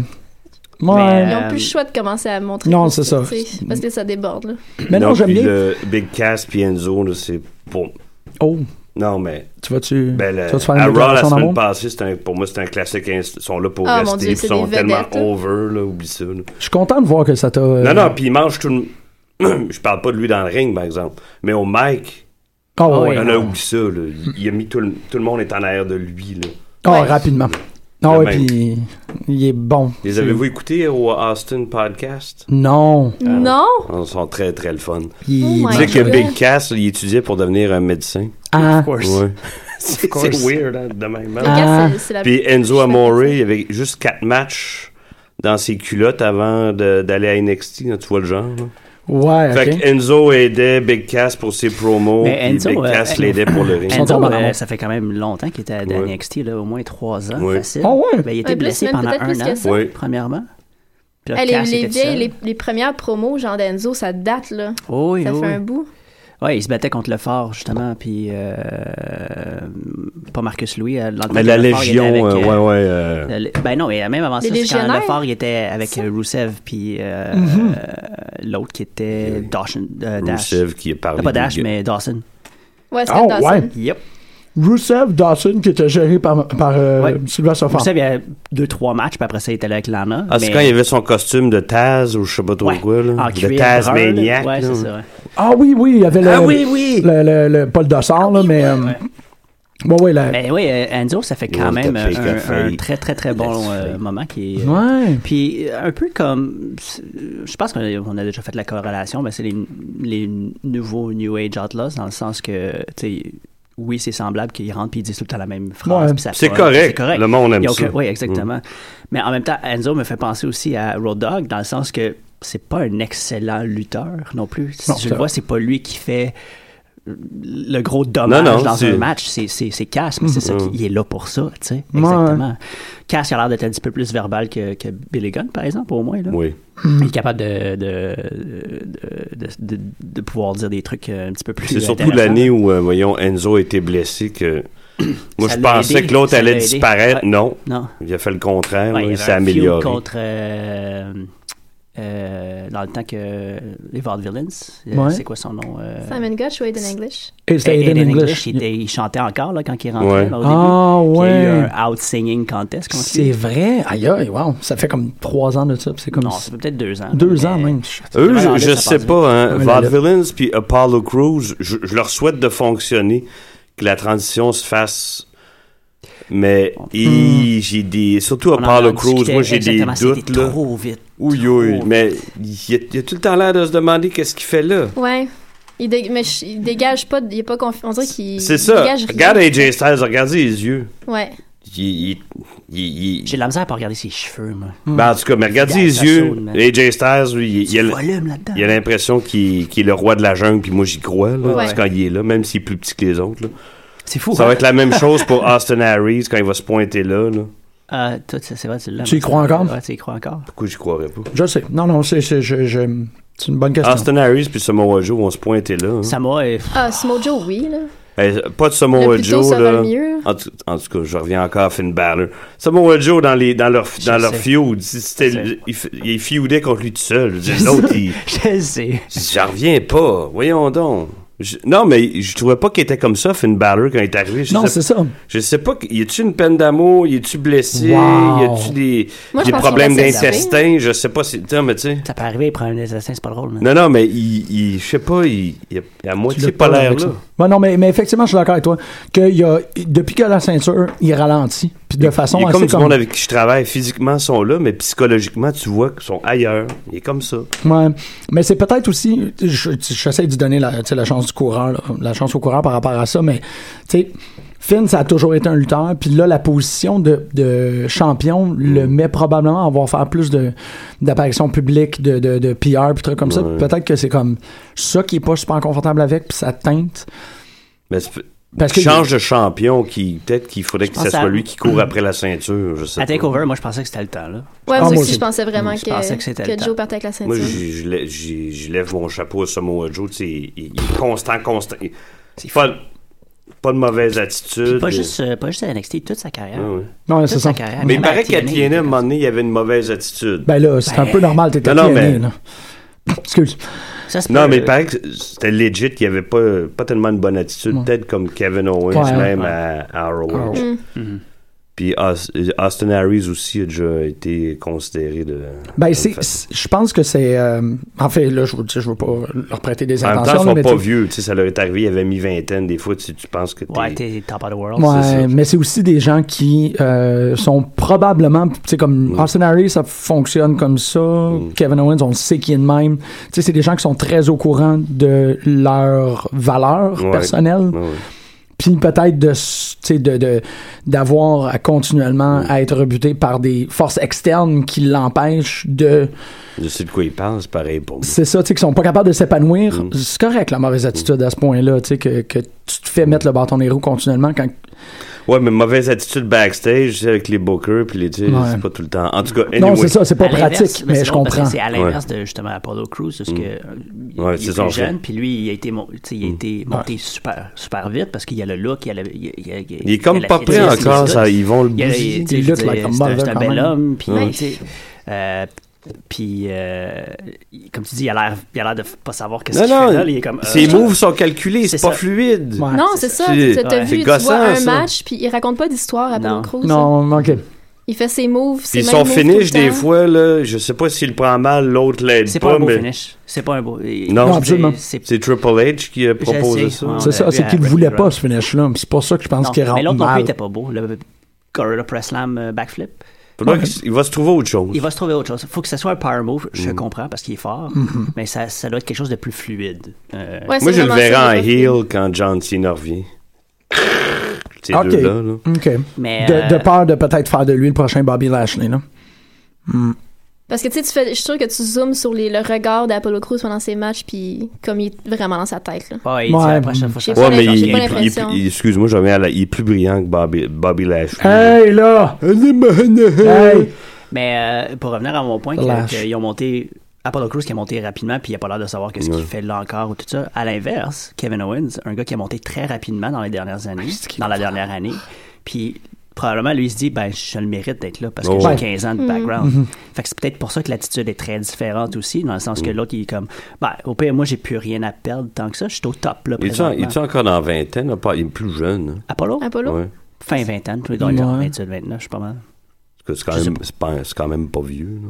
E: Ouais.
H: Ils
G: Mais,
H: ont plus le choix de commencer à montrer.
E: Non,
H: plus,
E: c'est ça.
H: tu sais, Parce que ça déborde, là.
E: Mais non, j'aime
F: puis
E: bien.
F: le Big Cass puis Enzo, là, c'est bon.
E: Oh,
F: Non, mais
E: tu vas-tu.
F: ben, le-
E: tu vas-tu faire
F: à
E: une
F: Raw la
E: déclaration
F: semaine
E: d'amour?
F: passée, c'est un- pour moi, c'est un classique. Ils sont là pour
H: Ah, mon
F: rester,
H: Dieu,
F: puis
H: c'est
F: ils sont
H: des
F: tellement
H: vedettes, là.
F: over, là, oublie ça. là.
E: Je suis content de voir que ça t'a. euh,
F: Non, non, puis il mange tout le. Je parle pas de lui dans le ring, par exemple, mais au mic,
E: Ah ouais,
G: Oui,
F: on a
G: non.
F: oublié ça. là. Il- Il a mis tout le, tout le monde est en l'air de lui. Là.
E: Ah,
H: Ouais.
E: rapidement. Ah ouais,
F: même.
E: puis il est bon.
F: Les avez-vous écoutés au Austin Podcast?
E: Non.
F: Ah.
H: Non!
F: Ils sont très, très le fun.
E: Il est
H: Oh my
F: Tu sais que
H: God.
F: Big Cass, il étudiait pour devenir un médecin.
E: Ah,
F: Ouais. c'est
E: course.
F: c'est weird, hein, de même. hein.
E: Ah.
H: Regarde, c'est- c'est la-
F: Puis
H: je sais
F: Enzo
H: pas
F: Amore,
H: comment
F: il y avait juste quatre matchs dans ses culottes avant de- d'aller à NXT, là, hein, tu vois le genre. là.
E: Ouais,
F: Fait
E: ok.
F: que Enzo aidait Big Cass pour ses promos,
G: Mais
F: puis
G: Enzo,
F: Big
G: euh,
F: Cass l'aidait pour le ring.
E: Ils sont
G: Enzo,
E: tombés en
G: euh,
E: amour.
G: ça fait quand même longtemps qu'il était à
F: Ouais.
G: NXT, là, au moins trois ans.
F: Ouais.
G: Facile.
E: Ah ouais?
G: Ben, il était
H: Ouais, plus
G: blessé
H: même,
G: pendant
H: peut-être
G: un
H: plus
G: an,
H: que ça.
F: Oui.
G: premièrement. Puis là,
H: Eh, les,
G: Cass
H: les
G: était
H: vieilles,
G: seul.
H: les, les premières promos, genre d'Enzo, ça date, là.
G: Oh oui,
H: ça
G: oh
H: fait
G: oui.
H: un bout.
G: Ouais, il se battait contre le fort, justement, puis euh, pas Marcus Louis. euh, dans le temps
F: Mais
G: que
F: la
G: le Fort, il était
F: Légion,
G: avec,
F: euh,
G: euh,
F: ouais, ouais. euh,
G: le- ben non, et même avant
H: Les
G: ça, c'est quand
H: légionnaires.
G: le fort il était avec euh, Rusev, puis euh,
E: Mhm.
G: euh, l'autre qui était Dawson, euh, Dash.
F: Rusev qui est parlé.
G: Euh, Pas
F: de-
G: Dash, mais Dawson.
H: Ouais,
E: Ah
G: Oh,
H: Scott Dawson.
E: ouais.
G: Yep.
E: Rusev Dawson, qui était géré par, par euh,
G: Ouais.
E: Sylvain Sophan.
G: Rusev, il y a deux, trois matchs, puis après ça, il était là avec Lana.
F: Ah, c'est
G: mais-
F: quand il avait son costume de Taz ou je sais pas trop
G: Ouais,
F: quoi, là.
G: en cuir
F: de
G: brun,
F: Taz
G: là.
F: Maniac.
G: Ouais,
F: là.
G: c'est ça. ouais.
E: Ah oui, oui, il y avait le.
F: oui!
E: le, le, le- pas le dossard, là, mais. euh, ouais, ouais, la-
G: Mais Ah, oui, euh, Enzo, ça fait
F: Ouais,
G: quand même
F: t'as
G: euh,
F: fait qu'à
G: un,
F: failli.
G: un très, très, très
F: Laisse
G: bon euh,
F: failli.
G: moment qui est.
E: Ouais.
G: Puis euh, un peu comme, euh, je pense qu'on a, on a déjà fait la corrélation, mais c'est les, les nouveaux New Age Outlaws dans le sens que, tu sais, oui, c'est semblable qu'ils rentrent puis ils disent tout le temps la même phrase.
E: Ouais.
G: puis ça
F: C'est
G: pogne,
F: correct.
G: C'est correct.
F: Le monde aime
G: Il y a aucun-
F: ça. Mm.
G: Oui, exactement. Mais en même temps, Enzo me fait penser aussi à Road Dogg dans le sens que c'est pas un excellent lutteur non plus. Si
E: Non,
G: je
E: c'est
G: le
E: vrai.
G: vois, c'est pas lui qui fait le gros dommage
F: Non, non,
G: dans
F: c'est- Mm.
G: un match, c'est- c'est c'est Cass, mais c'est ça, qui- il est là pour ça, tu sais, exactement. Cass il a l'air d'être un petit peu plus verbal que, que Billy Gunn, par exemple, au moins. Là.
F: Oui.
G: Il est capable de, de, de, de, de pouvoir dire des trucs euh, un petit peu plus
F: C'est surtout
G: intéressants.
F: l'année où, euh, voyons, Enzo a été blessé que. Moi,
G: Ça
F: je
G: l'a
F: pensais
G: aidé,
F: que l'autre
G: ça
F: allait
G: l'a aidé.
F: disparaître.
G: Ouais.
F: Non.
G: Non.
F: Il a fait le contraire. là,
G: Ouais, il y
F: il
G: avait
F: s'est
G: un feud
F: amélioré.
G: contre... euh, euh, dans le temps que les Vaudevillains, euh,
E: Ouais.
G: c'est quoi son nom? euh,
H: Simon Gotch, Wade in English.
E: Et c'était
G: Aiden
E: Aiden
G: English,
E: English.
G: il, était- il chantait encore là, quand il rentrait
F: Ouais.
G: là, au début.
E: Ah
G: Puis Il y
E: ouais.
G: a eu un out-singing contest. comment tu dis?
E: C'est vrai. Aïe, aïe, wow. Ça fait comme trois ans de ça. puis C'est comme
G: Non,
E: si-
G: ça fait peut-être deux ans.
E: Ah, deux
G: mais-
E: ans même.
F: Eux,
G: Ouais,
F: je,
G: non,
F: je
G: là, ça
F: sais
G: passe
F: pas, hein,
E: Ouais, mais là, là-
F: Vaudevillains puis Apollo Crews, je, je leur souhaite de fonctionner, que la transition se fasse. Mais il- j'ai des. Surtout
G: Hmm. On en
F: Apollo
G: a discuté,
F: Crews, moi j'ai des
G: exactement, c'était
F: doutes là.
G: Trop vite.
F: Ouille, ouille.
G: trop
F: Mais il y a, il y a tout le temps l'air de se demander qu'est-ce qu'il fait là.
H: Ouais. Il dé- mais je- il dégage pas, il est pas confiant. On dirait qu'il
F: C'est
H: il
F: ça.
H: dégage rien.
F: Regarde AJ Styles, regardez les yeux.
H: Ouais.
F: Il, il- il- il-
G: J'ai de la misère à pas regarder ses cheveux, moi.
F: Ben, en tout cas, mais regardez
G: Hmm. Regarde,
F: les
G: ça
F: yeux.
G: saute, man.
F: AJ Styles, lui, il, il, a
G: Du
F: le-
G: volume là-dedans.
F: il a l'impression qu'il qu'il est le roi de la jungle, puis moi j'y crois, là,
H: Ouais.
F: quand il est là, même s'il est plus petit que les autres. là.
G: C'est fou.
F: Ça
G: hein?
F: va être la même chose pour Austin Harris quand il va se pointer là. là.
G: Ah, toi, ça, c'est vrai, tu l'as.
E: Tu y
G: mais-
E: crois encore?
G: Ouais, tu y crois encore.
F: Pourquoi j'y croirais pas?
E: Je sais. Non, non, c'est c'est- je- je- c'est une bonne question.
F: Austin Harris puis Samoa Joe vont se pointer là. hein.
G: Samoa est.
H: Ah, Smojo, oui, là.
G: Ah,
F: Eh, pas de
H: Le
F: Samoa
H: plus tôt,
F: Joe
H: ça va
F: là.
H: le mieux.
F: En tout, en tout cas, je reviens encore à Finn Balor. Samoa Joe dans les dans leur dans leur
G: sais.
F: feud, si c'était
G: Je
F: il, f- il feudait contre lui tout seul. Je dis, L'autre, il-
G: Je sais.
F: j'en reviens pas. Voyons donc. Je- non, mais je trouvais pas qu'il était comme ça, Finn Balor, quand il est arrivé. Je
E: Non,
F: sais,
E: c'est ça.
F: je sais pas, y a-tu une peine d'amour? Y a-tu blessé?
E: Wow.
F: Y a-tu des,
H: Moi, je
F: des
H: pense
F: problèmes
H: qu'on va s'échapper.
F: d'intestin? Je sais pas si. Tiens, mais tu sais.
G: Ça peut arriver, il prend un assassin, c'est pas drôle, man.
F: Non, non, mais il, il- je sais pas, il, il a- il a à
E: Tu l'as
F: moitié pas l'air
E: avec
F: là.
E: ça. Ouais, non, mais, mais effectivement, je suis d'accord avec toi. Que il y a, depuis qu'il a la ceinture, il ralentit. Puis de façon
F: Il est
E: assez
F: comme du
E: comme-
F: monde avec qui je travaille. Physiquement, ils sont là, mais psychologiquement, tu vois qu'ils sont ailleurs. Il est comme ça.
E: Ouais. Mais c'est peut-être aussi, je- j'essaie de donner la, tu sais, la chance du coureur, là, la chance au coureur par rapport à ça, mais tu sais, Finn, ça a toujours été un lutteur, puis là, la position de, de champion le met probablement à avoir faire plus de d'apparitions publiques, de, de, de PR, puis trucs comme ça. Peut-être que c'est comme ça qui est pas super confortable avec, puis ça teinte.
F: Mais c'est-
E: Parce que-
F: change de champion, qui peut-être qu'il faudrait que
G: Je
F: ce
G: pense
F: soit
G: à-
F: lui qui court après la ceinture. Je sais
G: À
F: pas.
G: Takeover, moi, je pensais que c'était le temps, là.
F: Euh,
E: moi
H: Ouais, moi aussi,
E: aussi.
H: je pensais vraiment
G: Mm, je
H: que,
G: pensais que c'était le
H: que
G: temps.
H: Joe partait avec la ceinture.
F: Moi, j'ai- je lè- j'ai- je lève mon chapeau à Samoa Joe. tu sais, Il, il est constant, constant. Il- Pas, pas de mauvaise attitude.
G: Pas juste, euh, pas juste à NXT, toute sa carrière.
F: Ah Ouais, ouais.
E: Non, c'est
G: Toute
E: ça.
G: sa carrière.
F: Mais il
G: Même
F: paraît qu'à
G: TNA,
F: TNA, à un moment donné, il y avait une mauvaise attitude.
E: Ben là, c'est un
G: Ben,
E: peu normal, t'étais
F: non, non,
E: TNA,
F: mais-
E: là. Excuse.
G: Ça, c'est
F: Non,
G: pas-
F: mais il paraît que c'était legit qu'il n'y avait pas, pas tellement une bonne attitude,
E: Ouais.
F: peut-être comme Kevin Owens,
E: Ouais,
F: même
G: ouais.
F: à, à ROH.
H: Mm.
F: Puis Aus- Austin Harris aussi a déjà été considéré de.
E: Ben,
F: de
E: c'est,
F: fait.
E: c'est- je pense que c'est. euh, en fait, là, je vous dis, je veux pas leur prêter des
F: En même temps,
E: intentions.
F: ils
E: là,
F: sont
E: mais
F: pas
E: tu-
F: vieux. Tu sais, ça leur est arrivé, il avait mis vingtaine. Des fois, tu, tu penses que t'es.
G: Ouais, t'es top of the world.
E: Ouais,
F: c'est ça.
E: mais c'est aussi des gens qui euh, sont probablement, tu sais, comme Austin Harris, ça fonctionne comme ça.
F: Mm.
E: Kevin Owens, on le sait qu'il est de même. Tu sais, c'est des gens qui sont très au courant de leur valeur
F: Ouais.
E: personnelle.
F: Ouais, ouais.
E: puis peut-être de s- tu sais, de- de- d'avoir à
F: Mm.
E: continuellement à être rebuté par des forces externes qui l'empêchent de
F: Je sais de quoi il pense, pareil pour moi.
E: c'est ça, tu sais, qu'ils sont pas capables de s'épanouir.
F: Mm.
E: C'est correct, la mauvaise attitude à ce point-là, tu sais, que, que tu te
F: Mm.
E: fais mettre le bâton des roues continuellement quand.
F: Ouais, mais mauvaise attitude backstage c'est avec les bookers, puis les tu sais,
E: Ouais.
F: c'est pas tout le temps. En tout cas, anyway.
E: Non, c'est ça, c'est pas
G: À l'inverse,
E: pratique,
G: ben,
E: mais
G: c'est
E: je
G: drôle parce que
E: comprends.
G: C'est à l'inverse de justement Apollo Crews, parce que euh, il-
F: Mm. Ouais,
G: il
F: c'est Mm.
G: est
F: son
G: plus
F: fait.
G: jeune, puis lui, il a été, mon- tu sais, il a été monté super, super vite parce qu'il a le look, il a le. Il, il- il-
F: Il est
G: il a
F: comme
G: la
F: pas prêt
G: fitness,
F: encore,
G: il a-
F: ça, ils vont le
G: Il, a- il-
F: bousiller.
G: tu sais,
E: Il
G: je veux
E: look like
G: dire,
E: a
G: c'est un-
E: mother
G: c'est un
E: quand
G: bel
E: même.
G: homme, puis
H: Ouais.
G: tu sais, euh, puis euh, il- comme tu dis, il a l'air, il a l'air de f- pas savoir qu'est-ce
F: Non,
G: qu'il fait là.
F: non,
G: Il est comme. euh,
F: ses moves sont calculés, c'est
G: C'est
F: pas
G: ça.
F: fluide.
E: Ouais.
H: non, c'est ça.
F: C'est-
H: Tu as
G: ouais.
H: vu,
F: Ah, C'est
H: tu
F: gossant,
H: vois un
F: ça.
H: match, puis il raconte pas d'histoire à Apollo
G: Non.
H: Crews. hein.
E: Non, ok.
H: Il fait ses moves, ses
F: Puis
H: mêmes
F: son
H: moves tout le
F: finish, des
H: temps.
F: fois, là, je sais pas s'il prend mal, l'autre l'aide
G: C'est
F: pas,
G: pas un beau
F: mais
G: finish. C'est pas un beau.
F: Non,
E: absolument.
G: C'est
F: c'est Triple H qui a proposé
G: sais,
F: ça.
G: ouais.
E: C'est ça,
G: l'a vu
E: c'est
G: à
E: qu'il
G: Rocky
E: voulait
G: Rock.
E: pas ce finish-là. mais C'est pour ça que je pense
G: Non,
E: qu'il
G: mais
E: rentre
G: l'autre non plus
E: mal.
G: était pas beau. Le Gorilla Press Slam euh, backflip.
F: Faudra qu'il- Il va se trouver autre chose.
G: Il va se trouver autre chose. Il faut que ce soit un power move, je
F: Mm.
G: comprends, parce qu'il est fort,
E: Mm-hmm.
G: mais ça, ça doit être quelque chose de plus fluide. Euh,
H: Ouais,
F: Moi,
H: c'est
F: je le
H: vraiment
F: verrai
H: ça,
F: en
H: il est pas
F: heel quand John Cena revient. Ces
E: Ok.
F: deux-là, là.
E: Ok.
G: Mais,
E: De,
G: euh,
E: de peur de peut-être faire de lui le prochain Bobby Lashley, là.
H: Parce que tu sais, tu fais- je suis sûre que tu zoomes sur les- le regard d'Apollo Crews pendant ses matchs, puis comme il est vraiment dans sa tête. là.
G: ouais, il dit,
E: Ouais.
G: euh, la prochaine fois,
H: J'ai
G: ça
H: pas
F: Ouais, mais
G: sera-
H: l'impression-
F: il,
H: j'ai pas
F: il- il-
H: l'impression.
F: il- excuse-moi, je reviens à la- il est plus brillant que Bobby, Bobby Lashley.
E: Hey, là! Hey!
G: mais euh, pour revenir à mon point,
E: Lâche.
G: qu'ils ont monté. Apollo Crews qui a monté rapidement, puis il n'a pas l'air de savoir qu'est-ce qu'il fait là encore ou tout ça. À l'inverse, Kevin Owens, un gars qui a monté très rapidement dans les dernières années, dans la dernière année, puis probablement lui il se dit, ben je le mérite d'être là parce que
F: Oh.
G: j'ai
F: Ouais.
G: 15 ans de background. Fait que c'est peut-être pour ça que l'attitude est très différente aussi, dans le sens que
F: Mm.
G: l'autre il est comme, ben au pire moi j'ai plus rien à perdre tant que ça, je suis au top là
F: Il est-tu en- il
G: présentement.
F: est-tu encore dans la vingtaine? là, pas- Il est plus jeune.
G: Apollo,
F: hein?
H: Apollo?
F: Ouais.
G: fin vingtaine, tu dans les
E: Ouais.
G: 28, 29, je suis pas mal.
F: Parce que C'est quand,
G: Je sais
F: même- c'est pas- c'est quand même pas vieux. là.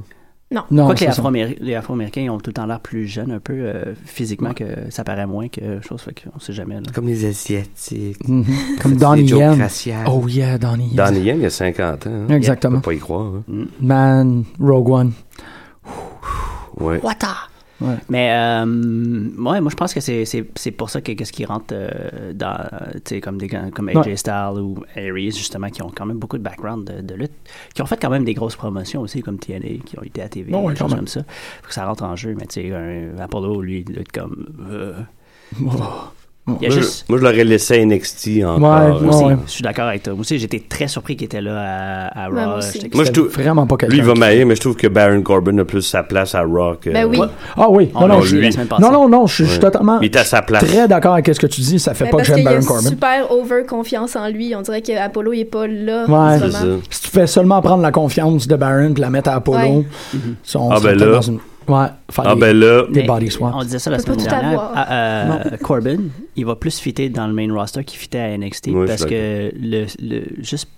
H: Non.
E: Non,
G: Quoique les,
E: Ah, c'est ça.
G: Afro-Améri- les Afro-Américains ils ont tout le temps l'air plus jeunes un peu euh, physiquement que ça paraît moins que chose, fait qu'on sait jamais. là.
I: Comme les Asiatiques.
E: Mhm. Comme Donnie
I: jokes
E: Yen.
I: raciales.
E: Oh yeah, Donnie Yen.
F: Donnie Yen, il a 50 ans. hein. On
E: Exactement.
F: peut pas y croire. hein.
E: Man, Rogue One.
F: Ouais.
G: Mais euh, ouais, moi je pense que c'est, c'est, c'est pour ça que qu'est-ce qui rentre euh, dans euh, tu sais comme des gars comme AJ
E: Ouais.
G: Styles ou Aries justement qui ont quand même beaucoup de background de, de lutte, qui ont fait quand même des grosses promotions aussi comme TNA qui ont été à TV,
E: Ouais,
G: des
E: ouais, quand
G: choses
E: même.
G: comme ça. Faut que ça rentre en jeu, mais tu sais un Apollo lui il doit être comme euh, il y
F: Moi,
G: a
F: je-
G: juste
F: moi, je l'aurais laissé à NXT
E: Ouais,
F: encore.
E: moi
F: hein.
E: aussi.
G: Je suis d'accord avec toi. Moi aussi, j'étais très surpris qu'il était là à, à
H: Ouais, moi
G: Raw.
H: aussi.
G: J'étais-
F: Moi, je
E: C'était
F: trouve-
E: vraiment pas quelqu'un.
F: Lui, il va
E: qui-
F: m'ailler, mais je trouve que Baron Corbin a plus sa place à Rock. euh,
H: Ben oui.
E: Ah oui,
G: On
E: non,
G: l'a
E: non,
G: dit
E: je-
G: la semaine passée.
E: non, non, non, je je suis
F: Ouais.
E: totalement
F: Il est à sa place.
E: très d'accord avec ce que tu dis. Ça fait
H: Ben,
E: pas que
H: parce
E: j'aime
H: qu'il a
E: Baron Corbin.
H: super over confiance en lui. On dirait qu'Apollo, il est pas là.
E: Ouais.
F: C'est
H: en ce moment.
F: ça.
E: Si tu fais seulement prendre la confiance de Baron et la mettre à Apollo,
H: Ouais.
E: si on
F: Ah,
E: serait
F: ben
E: peut-être
F: là.
E: dans une... Ouais, faire
F: Ah
E: des-
F: ben là,
E: des
G: Mais
E: body swaps.
G: On disait ça la
H: peut pas
G: semaine
H: tout
G: dernière.
H: avoir.
G: Ah, euh, Corbin, il va plus fitter dans le main roster qu'il fitait à NXT
F: Ouais, je
G: parce
F: suis
G: que le, le- juste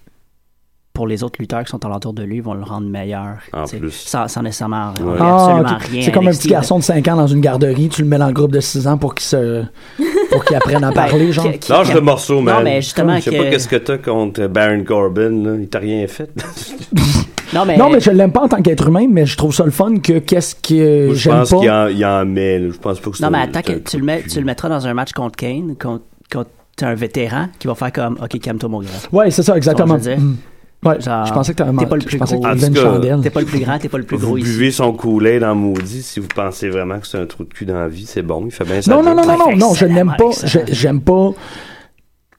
G: pour les autres lutteurs qui sont alentour de lui, ils vont le rendre meilleur.
F: En
G: tu sais,
F: plus.
G: Sans, sans nécessairement
F: Ouais.
G: enlever
E: Ah,
G: absolument
E: ok.
G: rien.
E: C'est comme un
G: NXT,
E: petit garçon de 5 ans dans une garderie, tu le mets dans le groupe de 6 ans pour qu'il se... pour qu'il apprenne à
G: là. Ben,
E: parler, genre.
G: qui- qui-
F: lâche
G: qui-
F: le morceau, man.
G: Non, mais justement,
F: Je sais
G: que-
F: pas qu'est-ce que t'as contre Baron Corbin, là. Il t'a rien fait.
G: Non, mais,
E: Non, mais je l'aime pas en tant qu'être humain, mais je trouve ça le fun que qu'est-ce que
F: Moi, je
E: j'aime
F: pense qu'il
E: pas.
F: en, il en met, là. Je pense pas que c'est
G: non, mais
F: un-
G: attends,
F: c'est
G: que
F: un
G: tu,
F: coup
G: le
F: de
G: mets,
F: cul.
G: tu le mettras dans un match contre Kane, contre, contre un vétéran qui va faire comme OK, calme-toi, mon gars.
E: Ouais, c'est ça, exactement.
G: je veux dire.
E: Mm. Ouais,
G: Genre,
E: je pensais que t'avais
G: t'es
E: mal-
G: pas le plus
E: je pensais que
G: gros.
E: t'avais
F: En
E: une
F: tout cas,
E: chandelle.
G: T'es pas le plus grand, t'es pas le plus
F: Vous
G: gros ici.
F: buvez son coulet dans maudit si vous pensez vraiment que c'est un trou de cul dans la vie, c'est bon, il fait bien ça.
E: Non, non, non, non,
G: Ouais,
E: non, non, je
G: excellent,
E: n'aime pas. je-
G: excellent.
E: J'aime pas.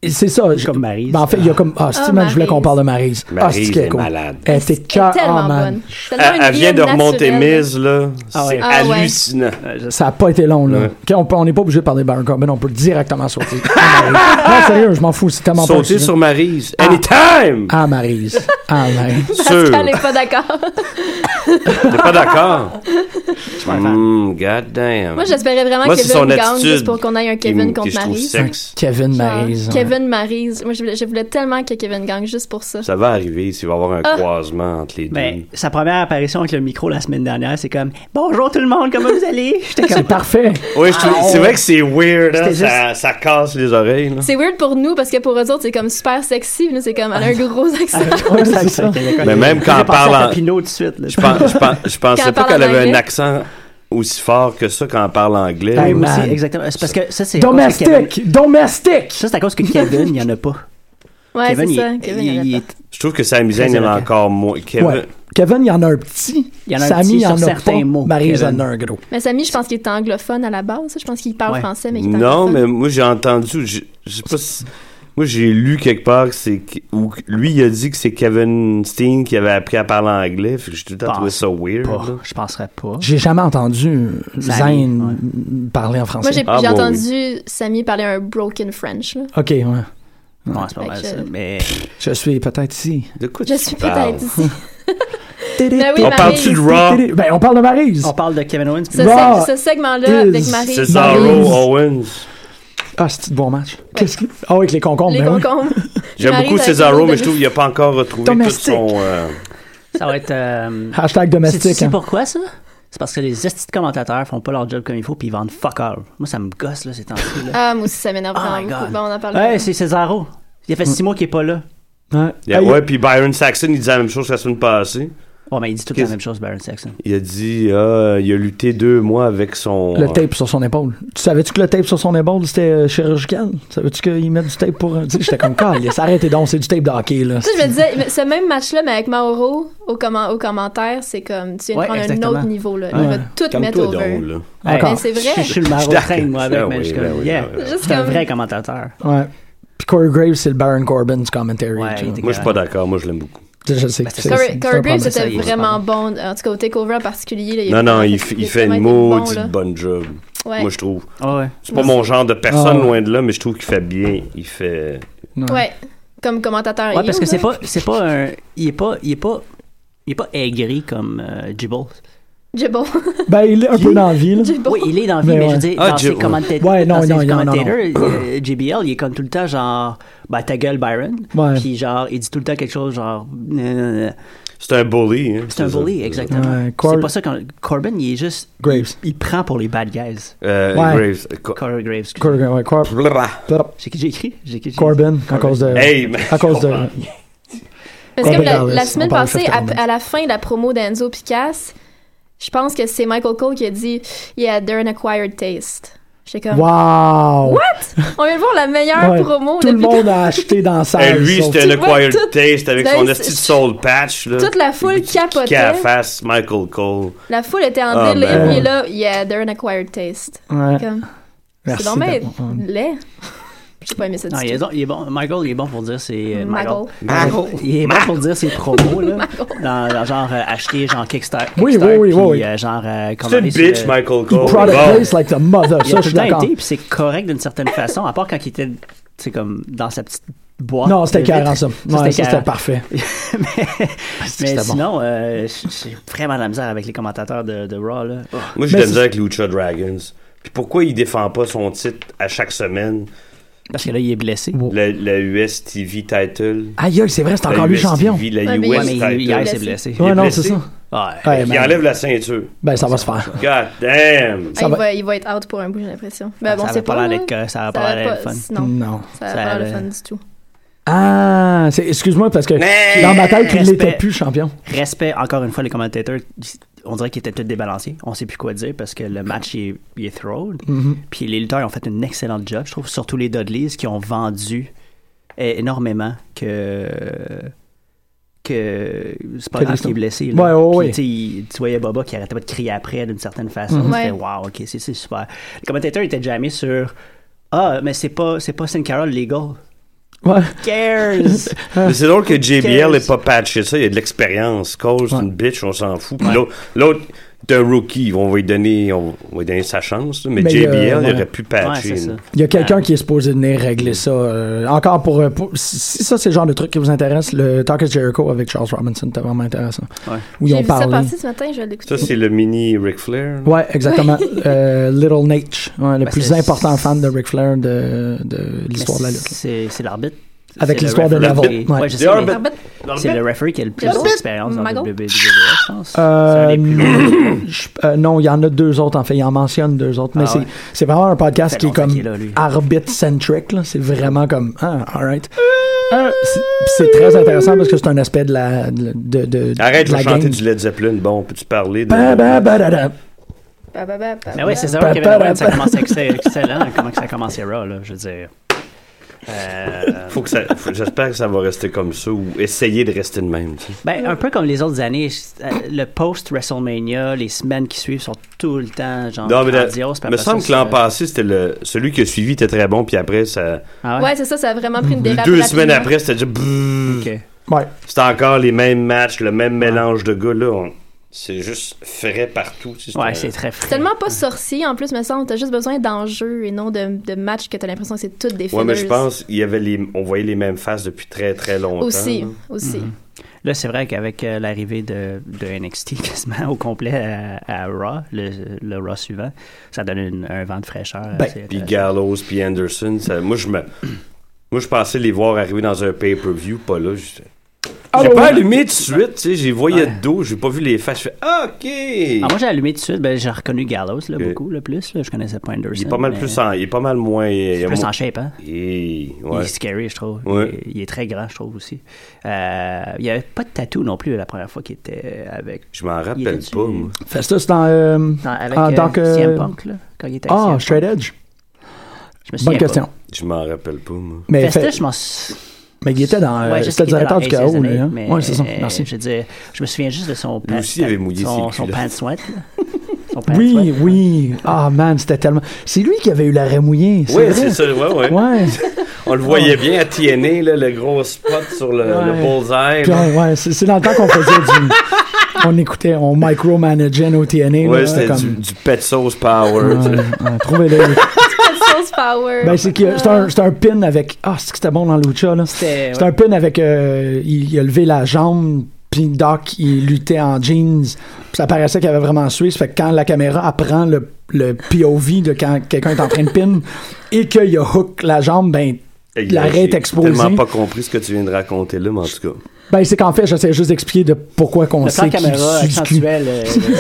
E: Et C'est ça. je-
G: Comme Maryse.
E: Ben, en fait, il y a comme. Ah, si,
H: Ah,
E: man, je voulais qu'on
H: Maryse.
E: parle de Maryse. Ah,
F: Maryse
E: c'est qu'elle est
F: est
E: cool.
F: malade.
E: Elle était
H: Elle est
E: cœur.
H: tellement
E: ah, man.
H: bonne.
F: Elle, elle vient de remonter mise, là.
G: Ah ouais.
F: C'est
H: Ah ouais.
F: hallucinant.
E: Ça n'a pas été long, là.
F: Ouais.
E: Ok, on peut- on n'est pas obligé de parler de Baron Corbin, on peut directement sauter. à Maryse. non, sérieux, je m'en fous, c'est tellement pas.
F: Sauter
E: le sujet.
F: sur Maryse. Anytime!
E: Ah, Maryse. Ah, Maryse.
F: Sûr.
H: Elle n'est pas d'accord.
F: T'es pas d'accord? Hmm, god damn.
H: Moi, j'espérais vraiment
F: Moi,
H: que
F: c'est son
H: Kevin gagne
F: attitude
H: juste pour qu'on aille un
F: Qui
H: Kevin
F: me-
H: contre
F: qui je trouve
H: Maryse.
F: sexe.
E: Kevin
H: Genre,
E: Maryse.
H: Kevin Maryse. Moi, je voulais, je voulais tellement que Kevin gagne juste pour ça.
F: Ça va arriver s'il va y avoir un
H: Ah.
F: croisement entre les deux.
G: Ben, sa première apparition avec le micro la semaine dernière, c'est comme Bonjour tout le monde, comment vous allez? J'étais
E: C'est
G: comme
E: parfait.
F: Oui,
E: Ah,
F: je trouve-
E: oh.
F: c'est vrai que c'est weird, hein,
G: C'était
F: ça, ça casse les oreilles. Là.
H: C'est weird pour nous parce que pour eux autres, c'est comme super sexy. mais Nous, c'est comme elle a un gros accent.
E: Ouais, c'est ça.
F: Mais même quand on
G: on
F: parle en-
G: Pinot tout de suite. là.
F: Je, pense- je pense- je pensais
H: Quand elle
F: pas
H: parle
F: qu'elle
H: en
F: avait un
H: anglais.
F: accent aussi fort que ça quand on parle anglais.
E: Hey,
F: ou-
E: man.
G: aussi, exactement. C'est parce que ça, c'est. à cause que Kevin-
E: Domestique! Domestique!
G: Ça, c'est à cause que Kevin, il n'y en a pas.
H: Ouais, c'est
G: il,
H: ça.
G: il-
H: Kevin, il y en a
G: il
H: pas.
G: est-
F: Je trouve que Sami Zayn, il
G: Très
F: y en a
G: éloquent.
F: encore moins. Kevin,
E: Ouais.
H: Ah,
E: Kevin, il y en a un petit.
G: Il y en a un
E: Samy,
G: petit
E: il y en
G: sur
E: a
G: certains
E: pas.
G: mots,
E: Maryse
G: Kevin.
E: en a un gros.
H: Mais Samy, je pense qu'il est anglophone à la base. Je pense qu'il parle
G: Ouais.
H: français, mais qu'il est
F: Non,
H: anglophone.
F: mais moi j'ai entendu, je je sais pas si- moi j'ai lu quelque part que c'est que- ou que- lui il a dit que c'est Kevin Steen qui avait appris à parler anglais, fait que j'ai tout le temps
G: Pense
F: trouvé ça weird.
G: pas.
F: là.
G: Je penserais pas.
E: J'ai jamais entendu
G: Ça
E: Zayn
G: arrive, ouais.
E: parler en français.
H: Moi, j'ai
F: Ah,
H: j'ai
F: bon,
H: entendu Samy parler un broken French. là.
E: Ok, ouais.
G: Non, c'est pas mal
H: Fait que-
G: ça. Mais
E: Je suis peut-être ici.
F: De quoi
H: Je
F: tu
H: suis
F: parles?
H: peut-être ici. Ben oui,
F: On
H: Maryse.
F: parle-tu de Raw?
E: Ben, on parle de Maryse.
G: on parle de Kevin Owens.
H: Ce,
G: puis-
E: Bon.
H: seg- ce segment-là
E: Is-
H: avec Marie.
F: Cesaro,
E: Maryse.
F: Owens.
E: Ah, c'est de bon match. Qu'est-ce que... Ah oui, avec les
G: Oh,
E: concombres.
H: Les
E: ben oui.
H: concombres.
F: J'aime
H: Maryse
F: beaucoup
H: a
F: Cesaro,
H: toujours
F: mais
H: de-
F: je trouve qu'il n'a pas encore retrouvé tout
E: Domestique.
F: son. euh,
G: Ça va être. euh,
E: Hashtag
G: C'est
E: domestique. hein.
G: pourquoi ça? C'est parce que les estis de commentateurs font pas leur job comme il faut puis ils vendent fuck all. Moi, ça me gosse, là, ces temps-ci. là.
H: Ah, moi aussi, ça m'énerve
G: Oh
H: vraiment
G: my
H: beaucoup.
G: God.
H: Bon, on en parle. Mm.
G: Ouais, c'est Cesaro. Il a fait six mois qu'il est pas là.
E: Ouais.
F: yeah,
E: Hey,
F: ouais, puis Byron Saxon, il disait la même chose que la semaine passée.
G: Ouais, mais il dit tout la
F: Qu'est-ce-
G: même chose, Baron Saxon.
F: Il a dit, ah, il a lutté deux mois avec son. euh,
E: Le tape sur son épaule. Tu savais-tu que le tape sur son épaule, c'était euh, chirurgical? Savais-tu qu'ils mettent du tape pour. euh, Tu sais, j'étais comme, calisse, arrêtez donc, c'est du tape de hockey, là.
H: Ça, je me disais, mais ce même match-là, mais avec Mauro, au, comment, au commentaire, c'est comme, tu viens de
G: Ouais,
H: prendre
G: exactement.
H: un autre niveau, là.
E: Ouais.
H: Il va tout mettre
F: Calme-toi
H: over.
F: donc, là.
E: Encore.
H: Mais c'est vrai.
G: Je, je suis le
F: Je suis
G: maro
F: d'accord.
G: train, moi, avec,
F: Ah
G: mais
F: oui,
G: je suis
F: ben
G: comme,
F: oui,
G: yeah.
F: ben oui.
H: Juste
G: C'est un
H: comme-
G: vrai commentateur.
E: Ouais. Puis Corey Graves, c'est le Baron Corbin's commentary.
G: Ouais,
E: tu vois.
G: il était
F: Moi, je suis pas d'accord. Moi, je l'aime beaucoup.
E: Je je sais.
G: Ben, c'est
E: c'est-
G: ça.
E: c'est-
H: Corey
E: c'est un
H: Corey Graves
E: problème.
G: ça
H: était
G: y est,
H: vraiment bon. En tout cas, au takeover en particulier. Là, il a
F: Non, non,
H: vraiment
F: il,
H: fait-
F: f-
H: il
F: il
H: a
F: fait
H: vraiment
F: une
H: été bon,
F: maudite
H: là.
F: bonne job.
H: Ouais.
F: Moi, je trouve.
G: ouais.
F: C'est pas mon genre de personne,
E: Ah.
F: loin de là, mais je trouve qu'il fait bien. Il fait.
H: Ouais. Comme
E: Ah,
H: commentateur.
G: Ouais, parce
H: heel,
G: que c'est
H: là.
G: pas, c'est pas un, il est pas, il est pas, il est pas aigri comme euh, Jibble.
H: Jibbo.
E: Ben, il est un peu dans la vie, là.
H: Jibbo.
G: Oui, il est dans la vie,
E: Mais
G: mais,
E: ouais.
G: je veux dire,
F: Ah,
G: dans
F: Jib-
G: ses commenta-
E: Ouais, non,
G: dans ses
E: non, non, non,
G: commentateurs, euh, JBL, il est comme tout le temps genre, bah ta gueule, Byron.
E: Ouais.
G: Puis genre, il dit tout le temps quelque chose genre, euh,
F: C'est un bully. Hein,
G: c'est un bully,
F: ça.
G: exactement.
E: Ouais, Cor-
G: C'est pas ça quand Corbin, il est juste,
E: Graves.
G: il prend pour les bad guys.
F: Euh,
E: Ouais.
F: Graves. euh, co-
G: Corey Graves. excusez.
E: Cor- ouais, Cor-
F: Blah.
G: C'est qui j'ai écrit? J'ai écrit- j'ai-
E: Corbin, à cause de.
F: Hey, mais-
E: À cause de.
H: Parce que
E: Corbin
H: la,
E: Dallas,
H: la
E: ben, on
H: semaine
E: parle
H: passée,
E: chef
H: à,
E: Corbin.
H: à la fin de la promo d'Enzo Picasso, je pense que c'est Michael Cole qui a dit Yeah, they're an acquired taste. J'étais comme
E: Wow!
H: What? On vient de voir la meilleure
E: Ouais.
H: promo
E: Tout le
H: depuis
E: monde a acheté dans sa
F: Hey, Euh, lui,
E: sauf-
F: c'était
H: Tu
F: un
H: vois,
F: acquired
H: tout-
F: taste avec
H: Ben,
F: son
H: c'est-
F: esti de soul patch. Là.
H: toute la foule capotait.
F: Qui a la face, Michael Cole.
H: La foule était en
F: Ah,
H: délire,
F: ben.
H: puis là, yeah, they're an acquired taste.
E: Ouais.
H: Comme,
E: Merci
H: c'est donc bien
E: d'avoir-
H: laid. J'ai pas aimé ça
G: Non,
H: du
G: il est,
H: tout.
G: bon- il est bon. Michael, il est bon pour dire ses. euh,
H: Michael.
G: Il est bon pour dire ses promos, là. dans, dans genre euh, acheter, genre Kickstarter.
E: Oui,
G: Kickstarter,
E: oui, oui,
G: puis,
E: oui.
G: euh, genre, euh,
F: C'est
G: commander
F: une
G: sur,
F: bitch,
G: euh,
F: Michael
E: Il
F: Cole.
E: product
F: Bon.
E: place like the mother,
G: Il a
E: ça, je
G: tout
E: suis
G: le temps
E: d'accord.
G: été, puis c'est correct d'une certaine façon, à part quand il était, tu sais, comme dans sa petite boîte.
E: Non, c'était
G: de vitre.
E: carré ça.
G: Ça,
E: Ouais, ça, c'était
G: carré.
E: parfait.
G: mais mais
E: bon.
G: sinon, euh, j- j'ai vraiment de la misère avec les commentateurs de, de Raw, là. Oh.
F: Moi,
E: Mais
F: j'ai de la
E: c'est-
F: misère avec Lucha Dragons. Puis pourquoi il défend pas son titre à chaque semaine?
G: Parce que là, il est blessé.
E: Ouais,
F: La, la US TV title.
E: Aïe, aïe, c'est vrai, c'est
F: la
E: Oh. encore lui
F: US
E: champion.
F: TV, la
H: Ouais, mais
G: Ouais,
F: US
G: mais
F: title.
G: il- hier, il
H: blessé.
G: s'est blessé.
E: Ouais, non,
F: blessé.
E: c'est ça.
G: Ouais.
E: Ouais,
F: Il
E: man.
F: enlève la ceinture.
E: Ben, ça va se faire.
F: God damn!
H: Ah,
E: va-
H: il, va, il va être out pour un bout, j'ai l'impression. Ben, bon,
G: Ah, ça
H: c'est
G: va
H: pas.
G: pas l'air
H: là.
G: d'être que- ça va
H: Ça
G: pas l'air
H: va
G: d'être
H: pas.
G: fun.
H: Non,
E: Non.
H: ça va
G: Ça
H: pas
G: va-
H: le fun du tout.
E: Ah, c'est- excuse-moi, parce que
F: Mais-
E: dans ma tête, il
G: Respect.
E: n'était plus champion.
G: Respect, encore une fois, les commentateurs, on dirait qu'ils étaient tous débalancés. On sait plus quoi dire parce que le match, il est, il est throwed.
E: Mhm.
G: Puis les lutteurs ont fait une excellente job, je trouve, surtout les Dudleys qui ont vendu é- énormément que. que. C'est pas
E: Que
G: grave
E: les-
G: qu'il est blessé.
E: Ouais,
G: là.
E: ouais,
G: Puis,
E: ouais.
G: tu sais, il- Tu voyais Boba qui arrêtait pas de crier après d'une certaine façon.
H: Mhm.
G: C'était
H: Ouais.
G: wow, ok, c'est c'est super. Les commentateurs étaient jamais sur. Ah, mais c'est pas, c'est pas Sin Carol legal.
E: Ouais.
G: Cares!
F: Mais c'est drôle que JBL
G: Cares.
F: n'est pas patché ça, il y a de l'expérience. Cause, c'est
E: Ouais.
F: une bitch, on s'en fout. Puis l'autre- l'autre, c'est un rookie, on va lui donner, on va lui donner sa chance, là, mais,
E: Mais,
F: JBL,
E: euh,
F: il
E: ouais.
F: aurait pu
G: Ouais,
F: patcher.
G: c'est ça.
E: Il y a quelqu'un qui est supposé venir régler ça. euh, encore pour, euh, pour- Si si ça, c'est le genre de truc qui vous intéresse, le Talk is Jericho avec Charles Robinson, c'était vraiment intéressant.
G: Ouais.
E: Où ils
H: J'ai
E: ont
H: vu ça
E: parlé.
H: passer ce matin, je vais l'écouter.
F: Ça, c'est le mini Ric Flair. là.
E: Ouais, exactement. Euh, Little Nate, ouais, le
G: Ben,
E: plus
G: c'est-
E: important fan de Ric Flair de, de
G: Mais
E: l'histoire de la
G: c'est-
E: lutte.
G: C'est c'est l'arbitre.
E: Avec
G: C'est le
E: l'histoire de
G: referee.
E: Neville.
G: Ouais,
E: Ouais.
G: je
F: The
G: sais, mais-
F: arbit-
H: Arbitre.
G: C'est le referee qui a le plus
H: Arbitre.
G: d'expérience dans le
H: Michael.
G: WWE, je pense.
E: Euh,
G: c'est un des plus-
E: je- euh, non, il y en a deux autres, en fait. Il en mentionne deux autres. Mais
G: Ah
E: c'est
G: ouais.
E: c'est vraiment un podcast
G: Ça fait
E: qui est
G: longtemps
E: comme
G: qu'il est là, lui.
E: arbitre-centric. là. C'est vraiment comme, ah, alright. Ah, c'est très intéressant parce que c'est un aspect de la, de, de, de-
F: Arrête
E: de
F: de
E: la
F: chanter
E: game.
F: du Led Zeppelin. Bon, peux-tu parler de.
E: Ba, ba, ba, da, da.
H: Pa, pa, pa, pa,
G: Mais oui, Ah c'est ça,
E: Pa,
G: Kevin
E: pa,
G: Owens,
E: pa,
G: ça
E: pa.
G: commence excellent, comment que ça a commencé Raw, là, je veux dire. Euh,
F: Faut que ça, faut- j'espère que ça va rester comme ça ou essayer de rester de même. tu sais.
G: ben, un peu comme les autres années, je- euh, le post-WrestleMania, les semaines qui suivent sont tout le temps genre
F: Non, mais la-
G: grandioses, puis
F: me
G: après ça,
F: semble que l'an
G: c'est- euh,
F: passé, c'était le, celui qui a suivi était très bon, puis après, ça,
G: Ah ouais?
H: Ouais, c'est ça, ça a vraiment pris une dérape.
F: deux
H: rapidement.
F: semaines après, c'était déjà. brrr.
G: Ok.
E: Ouais.
F: C'était encore les mêmes matchs, le même mélange de gars, là. on- C'est juste frais partout.
E: Mm.
F: tu sais,
G: Ouais,
F: c'est-
G: c'est très frais.
H: C'est Tellement pas sorcier en plus, me semble. T'as juste besoin d'enjeux et non de, de matchs que t'as l'impression que c'est toutes des
F: Ouais, mais je
H: fillers.
F: pense il y avait les, on voyait les mêmes faces depuis très très longtemps.
H: Aussi,
F: là.
H: aussi.
G: Mhm. Là, c'est vrai qu'avec euh, l'arrivée de, de NXT quasiment au complet à, à Raw, le, le Raw suivant, ça donne une- un vent de fraîcheur.
E: Ben,
G: assez
F: Puis
G: intéressant.
F: Gallows, puis Anderson, ça- moi je me, moi je pensais les voir arriver dans un pay-per-view, pas là. J'ai j'ai
E: Allô?
F: pas allumé tout de suite, tu sais, j'ai voyé
G: Ouais.
F: de dos, j'ai pas vu les faces, je fais ah, ok.
G: Ah, moi, j'ai allumé tout de suite. Ben, j'ai reconnu Gallows là,
F: Ok.
G: beaucoup, le plus. Là. Je connaissais pas Anderson.
F: il est pas mal
G: mais-
F: plus en, il est pas mal moins. il y a
G: plus
F: moins-
G: en shape, hein?
F: Et- ouais.
G: Il est scary, je trouve.
F: Ouais.
G: Il, est- il est très grand, je trouve aussi. Euh, il n'y avait pas de tatou non plus la première fois qu'il était avec.
F: Je m'en
G: Il
F: rappelle
G: était-tu-
F: pas. moi.
E: Festus dans. euh,
G: Non, avec
E: en tant
G: euh,
E: que-
G: CM Punk, là, quand il était avec
E: Ah,
G: CM
E: Straight
G: Punk.
E: Edge.
G: Je me souviens
E: Bonne
G: pas.
E: question.
F: Je m'en rappelle pas. Moi.
E: Mais,
G: Festus,
E: fait-
G: je m'en sou-
E: mais il était dans. euh,
G: Ouais, je sais
E: c'était le
G: qu'il était
E: directeur
G: dans
E: du
G: Aces
E: chaos,
G: and
E: lui.
G: Eight,
E: Hein?
G: mais,
E: Ouais, c'est ça.
G: euh,
E: Merci.
G: Je veux dire, je me souviens juste de son
F: Lui aussi avait mouillé
G: son,
F: ses
G: son
F: culottes.
G: pants-sweat, là. Son
E: Oui,
G: pants-sweat.
E: oui. Ah, man, c'était tellement. C'est lui qui avait eu l'arrêt mouillé.
F: Ouais,
E: vrai?
F: c'est ça. Ouais, ouais.
E: Ouais.
F: On le voyait bien à TNA, là, le gros spot sur le, le
E: Ouais.
F: bullseye.
E: Puis
F: là.
E: on- ouais, c'est c'est dans le temps qu'on faisait du. On écoutait, on micromanageait nos TNA.
F: Ouais,
E: là,
F: c'était
E: comme...
F: du, du pet sauce power. tu sais.
E: Ouais, ouais, trouvez-le.
H: Sauce power. Euh,
E: Ben, c'est qu'il y a- c'est un, c'est un pin avec. Ah, c'est que c'était bon dans Lucha, là.
G: C'était-
E: C'est un pin avec. euh, il, il a levé la jambe, puis Doc, il luttait en jeans. Puis ça paraissait qu'il avait vraiment sué. Ça fait que quand la caméra apprend le, le POV de quand quelqu'un est en train de pin et qu'il a hook la jambe, ben.
F: Hey,
E: L'arrêt est
F: j'ai
E: exposé.
F: tellement pas compris ce que tu viens de raconter là, mais en tout cas.
E: Ben, c'est qu'en fait, j'essaie juste d'expliquer de pourquoi qu'on
G: Le plan
E: sait qu'il
G: caméra
E: sue le cul.
G: accentuel. euh, euh,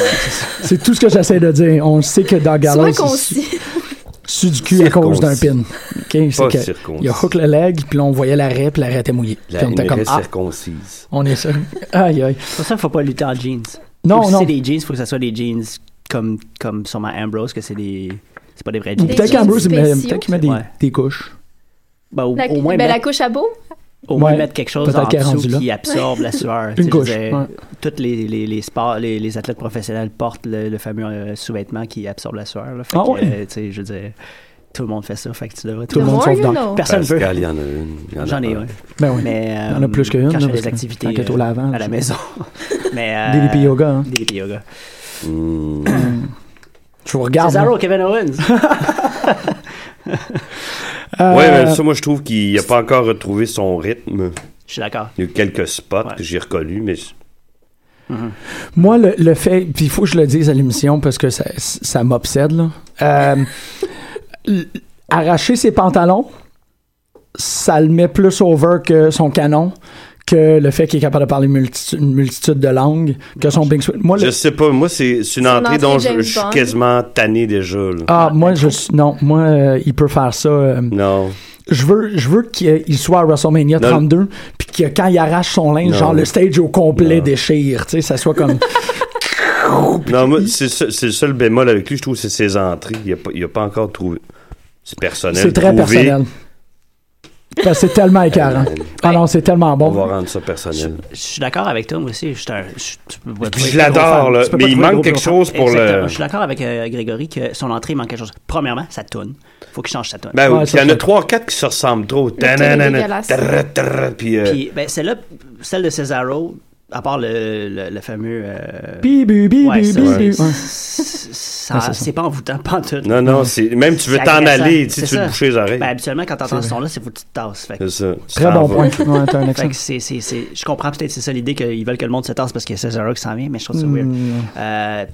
E: C'est tout ce que j'essaie de dire. On sait que Doc Gallows
H: Sois
E: il
H: concis.
E: sue du cul à cause d'un pin. OK?
F: Pas
E: C'est que
F: circoncis.
E: il a hook le leg, puis là, on voyait l'arrêt, puis l'arrêt était mouillé.
F: La
E: Puis on était
F: NRS
E: comme, ah,
F: circoncise.
E: on est sûr. Aïe, aïe.
G: C'est pour ça qu'il faut pas lutter en jeans.
E: Non,
G: Faut que
E: non.
G: Si c'est des jeans, il faut que ça soit des jeans comme, comme sûrement Ambrose, que c'est des. C'est pas des vrais jeans.
H: Des
E: Peut-être
H: jeans
E: qu'Ambrose, il met-
H: spéciaux,
E: peut-être qu'il met des,
G: ouais.
E: des couches.
G: Ben, au,
H: La-
G: au moins,
H: ben, la
G: mettre,
H: couche à beau.
G: au moins
E: Ouais,
G: mettre quelque chose
E: peut-être
G: en
E: qu'elle est
G: dessous
E: rendue là.
G: qui absorbe la sueur. Tu sais,
E: Une
G: je
E: couche.
G: veux dire,
E: ouais.
G: Toutes les, les, les sports, les, les athlètes professionnels portent le, le fameux euh, sous-vêtement qui absorbe la sueur. Là. Fait
E: Ah
G: que,
E: ouais.
G: euh, tu sais, je veux dire, tout le monde fait ça. Fait que tu devrais
E: Tout le
H: The
E: monde
H: more
E: sauf
H: you
E: Doc.
H: know.
G: Personne veut.
F: Pascal, il y en a une. il y en a
G: J'en ai
F: un.
G: un.
E: Ben oui.
G: Mais, euh,
E: Il y en a plus qu'une,
G: Quand je
E: là,
G: fais des
E: parce que-
G: activités
E: tant qu'à
G: euh,
E: tout lavant,
G: à la
E: je-
G: maison. Mais, euh,
E: Des lipi yoga, hein.
G: Des lipi yoga.
F: Mm.
E: Je vous regarde.
G: Cesaro,
E: hein.
G: Kevin Owens.
E: Euh,
F: Ouais, mais ça, moi, je trouve qu'il a pas encore retrouvé son rythme.
G: Je suis d'accord.
F: Il y a eu quelques spots
G: Ouais.
F: que j'ai reconnus, mais je-
E: Moi, le, le fait, puis il faut que je le dise à l'émission parce que ça, ça m'obsède, là. Euh, l- arracher ses pantalons, ça le met plus over que son canon, que le fait qu'il est capable de parler multitu- une multitude de langues, que son Big Swing. Moi, le-
F: je sais pas. Moi, c'est c'est une
H: C'est une
F: entrée
H: entrée
F: dont je,
H: James
F: je suis
H: Bond.
F: quasiment tanné déjà. là.
E: ah, moi, je suis- Non, moi, euh, il peut faire ça. euh,
F: Non.
E: je veux, je veux qu'il euh, soit à WrestleMania
F: Non.
E: 32, puis que quand il arrache son linge,
F: Non.
E: genre le stage au complet
F: Non.
E: déchire, tu sais, ça soit comme.
F: Non, moi, c'est ça- c'est le seul bémol avec lui, je trouve, c'est ses entrées. Il a pas, il a pas encore trouvé. C'est personnel.
E: c'est très
F: trouvé.
E: personnel. Parce que c'est tellement écœurant. Ah non, c'est tellement
F: On
E: bon.
F: va rendre ça personnel.
G: Je suis d'accord avec toi, moi aussi. Je, suis un- je- tu peux pas
F: Puis
G: trouver
F: je l'adore,
G: gros fan.
F: là,
G: Tu peux pas
F: mais il
G: trouver
F: manque
G: gros
F: quelque
G: fan.
F: chose pour le-
G: Exactement. Je suis d'accord avec euh, Grégory que son entrée il manque quelque chose. Premièrement, ça tourne. faut qu'il change sa tourne.
F: Ben,
E: Ouais,
F: oui,
E: ça,
F: il y en
E: ça.
F: a trois, quatre qui se ressemblent trop.
H: est
F: Tananana,
H: dégueulasse.
F: tarra, tarra, puis, euh,
G: Puis ben, celle-là, celle de Cesaro, à part le, le, le fameux. euh,
E: Bi, bi, bi,
G: ouais,
E: bi,
G: ça,
E: bi,
G: c'est-
E: bi. Ouais.
G: c'est- ça-
E: Ouais, c'est ça.
G: c'est pas envoûtant, pas en tout.
F: Non, non, c'est même tu veux
G: C'est
F: t'en
G: agressant.
F: aller, tu sais,
G: C'est
F: tu veux te
G: ça.
F: boucher les oreilles.
G: Ben, habituellement, quand t'entends ce son-là, c'est faut que tu te tasses. Fait que-
F: c'est ça. Tu
E: Très
F: t'en
E: bon
F: vas.
E: point. Ouais, t'as un
G: Fait
E: accent.
G: que c'est, c'est, c'est, je comprends peut-être c'est ça l'idée qu'ils veulent que le monde se tasse parce qu'il y a Cesaro qui s'en vient, mais je trouve ça
E: Hmm.
G: weird. Euh,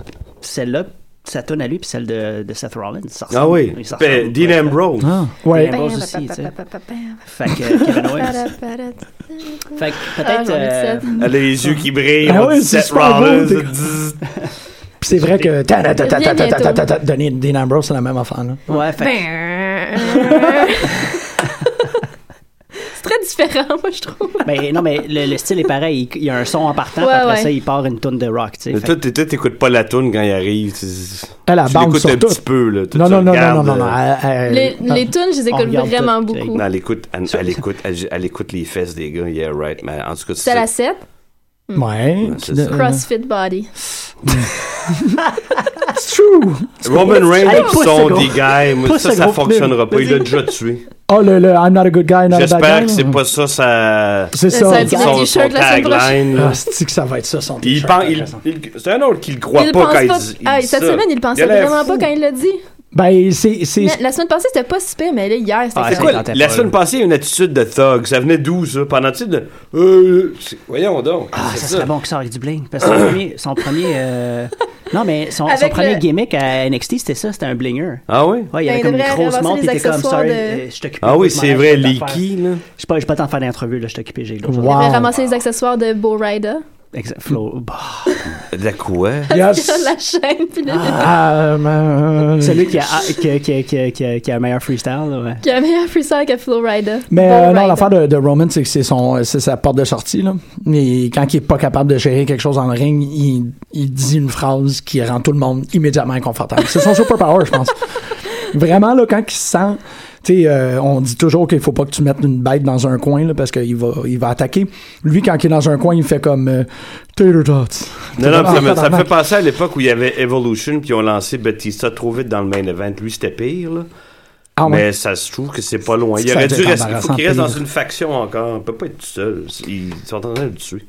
G: celle-là, ça tourne à lui, puis celle de, de Seth Rollins. ça
F: Ah
G: ressemble.
F: oui.
G: Ils se
F: Ben,
G: ressemblent, ouais.
F: Dean Ambrose.
E: Ah, ouais.
G: Bien. Ambrose aussi, tu sais. Fait que euh, Kevin Owens. Fait que
H: Ah,
G: peut-être.
H: j'en ai
G: euh,
H: sept.
F: Elle a les yeux qui brillent.
E: Ah
F: on
E: ouais,
F: dit
E: c'est
F: Seth
E: super beau,
F: Rollins.
E: t'es-
F: Zzz.
E: Puis c'est vrai que. ta- ta- ta- ta- ta- ta- ta- ta- ta- ta- Dean
H: bientôt.
E: Dean Ambrose, c'est la même affaire, là.
G: ouais, fait que-
H: Ben. C'est très différent, moi, je trouve.
G: Ben, non, mais le, le style est pareil. Il, il y a un son en partant,
H: Ouais,
G: puis après
H: ouais.
G: ça, il part une tune de rock. tu sais.
F: Mais
G: Fait
F: Toi, t'é- toi, t'écoutes pas la toune quand il arrive. Tu,
E: Elle, elle
F: tu
E: bounce
F: l'écoutes
E: sur
F: un
E: tout.
F: petit peu, là. Toi,
E: Non,
F: tu
E: non, non, non,
F: regardes,
E: non, non, non.
F: euh,
E: elle-
H: Les,
E: elle-
H: les tunes, je les
G: On
H: écoute
G: regarde
H: vraiment
G: tout.
H: beaucoup.
F: non, elle écoute, elle, elle écoute, elle, elle écoute les fesses des gars, yeah, right. Mais en tout cas,
H: C'est la 7,
E: Ouais.
F: c'est ça.
H: CrossFit Body.
E: It's true.
F: Roman
G: Allez,
F: Reigns
G: pousse ce
F: sont
G: gros-
F: des gars, mais
G: pousse
F: ça,
G: ce
F: ça
G: gros
F: fonctionnera pas. Il
G: Vas-y.
F: l'a déjà tué.
E: Oh, le, le I'm not a good guy, not a bad guy.
F: J'espère que c'est
E: là.
F: pas ça, ça.
E: C'est
H: Ça
E: ça.
H: va être-
F: Son,
H: t-shirt
F: son
H: la semaine
F: tagline. là.
E: Ah, c'est que ça va être ça, son
F: Il
E: t-shirt,
F: pense,
E: par
F: il,
E: exemple.
F: il- c'est un autre qui le croit
H: Il
F: pas
H: pense
F: quand il
H: pas-
F: dit. il
H: Ah,
F: dit
H: cette
F: ça.
H: semaine, il le
F: a
H: pensait
F: l'air
H: vraiment
F: fou.
H: pas quand il l'a dit.
E: Ben, c'est. c'est-
H: Mais La semaine passée, c'était pas si pire, mais là, hier, c'était
G: Ah,
F: C'est
H: ça.
F: quoi,
G: Ça tentait
F: la
G: pas,
F: semaine
G: là.
F: passée, il y a une attitude de thug. Ça venait d'où, ça? Pendant, tu sais, de. Euh, c'est- voyons donc.
G: Ah,
F: c'est
G: ça serait bon que ça avec du bling. Parce que son premier. Son premier euh, Non, mais son, son
H: Avec
G: premier
H: le-
G: gimmick à NXT, c'était ça, c'était un blinger.
F: Ah oui?
G: Ouais, il y avait
H: Ben, il
G: comme une
H: devrait
G: grosse
H: ramasser
G: montre,
H: les
G: il était comme,
H: accessoires
G: sorry,
H: de-
G: euh, je t'occupe.
F: Ah oui, c'est vrai, les qui, là.
G: Je peux, je peux pas t'en faire l'entrevue, là, je t'occupais, j'ai l'autre.
H: Il avait
E: Wow.
H: ramassé les accessoires de Bo Rider.
G: Exact. Flo. bah.
F: De la quoi?
E: Yes.
H: la chaîne, puis le...
E: Ah, euh,
F: Mm.
E: euh,
G: Celui qui a, ah, qui, a- qui, a- qui, a- qui a- qui a un meilleur freestyle, là, ouais.
H: qui a un meilleur freestyle que Flow Rider.
E: Mais
H: Bo
E: euh, non,
H: Rider.
E: l'affaire de, de Roman, c'est que c'est son, euh, c'est sa porte de sortie. Là. Et quand il est pas capable de gérer quelque chose dans le ring, il, il dit une phrase qui rend tout le monde immédiatement inconfortable. C'est son superpower, je pense. Vraiment, là, quand il se sent... Tu sais, euh, on dit toujours qu'il faut pas que tu mettes une bête dans un coin là, parce qu'il va, il va attaquer. Lui, quand il est dans un coin, il fait comme... euh, Tater tots.
F: Non, non, ça me, ça me
E: Tabarnak.
F: fait penser à l'époque où il y avait Evolution, puis ils ont lancé Batista trop vite dans le main event. Lui, c'était pire, là.
E: Ah, ouais.
F: Mais ça se trouve que c'est pas loin. Il
E: Ça
F: aurait
E: doit
F: dû
E: être
F: rester. Il faut qu'il reste
E: embarrassant,
F: dans
E: pire.
F: une faction encore. Il peut pas être tout seul. Ils sont en train de le tuer.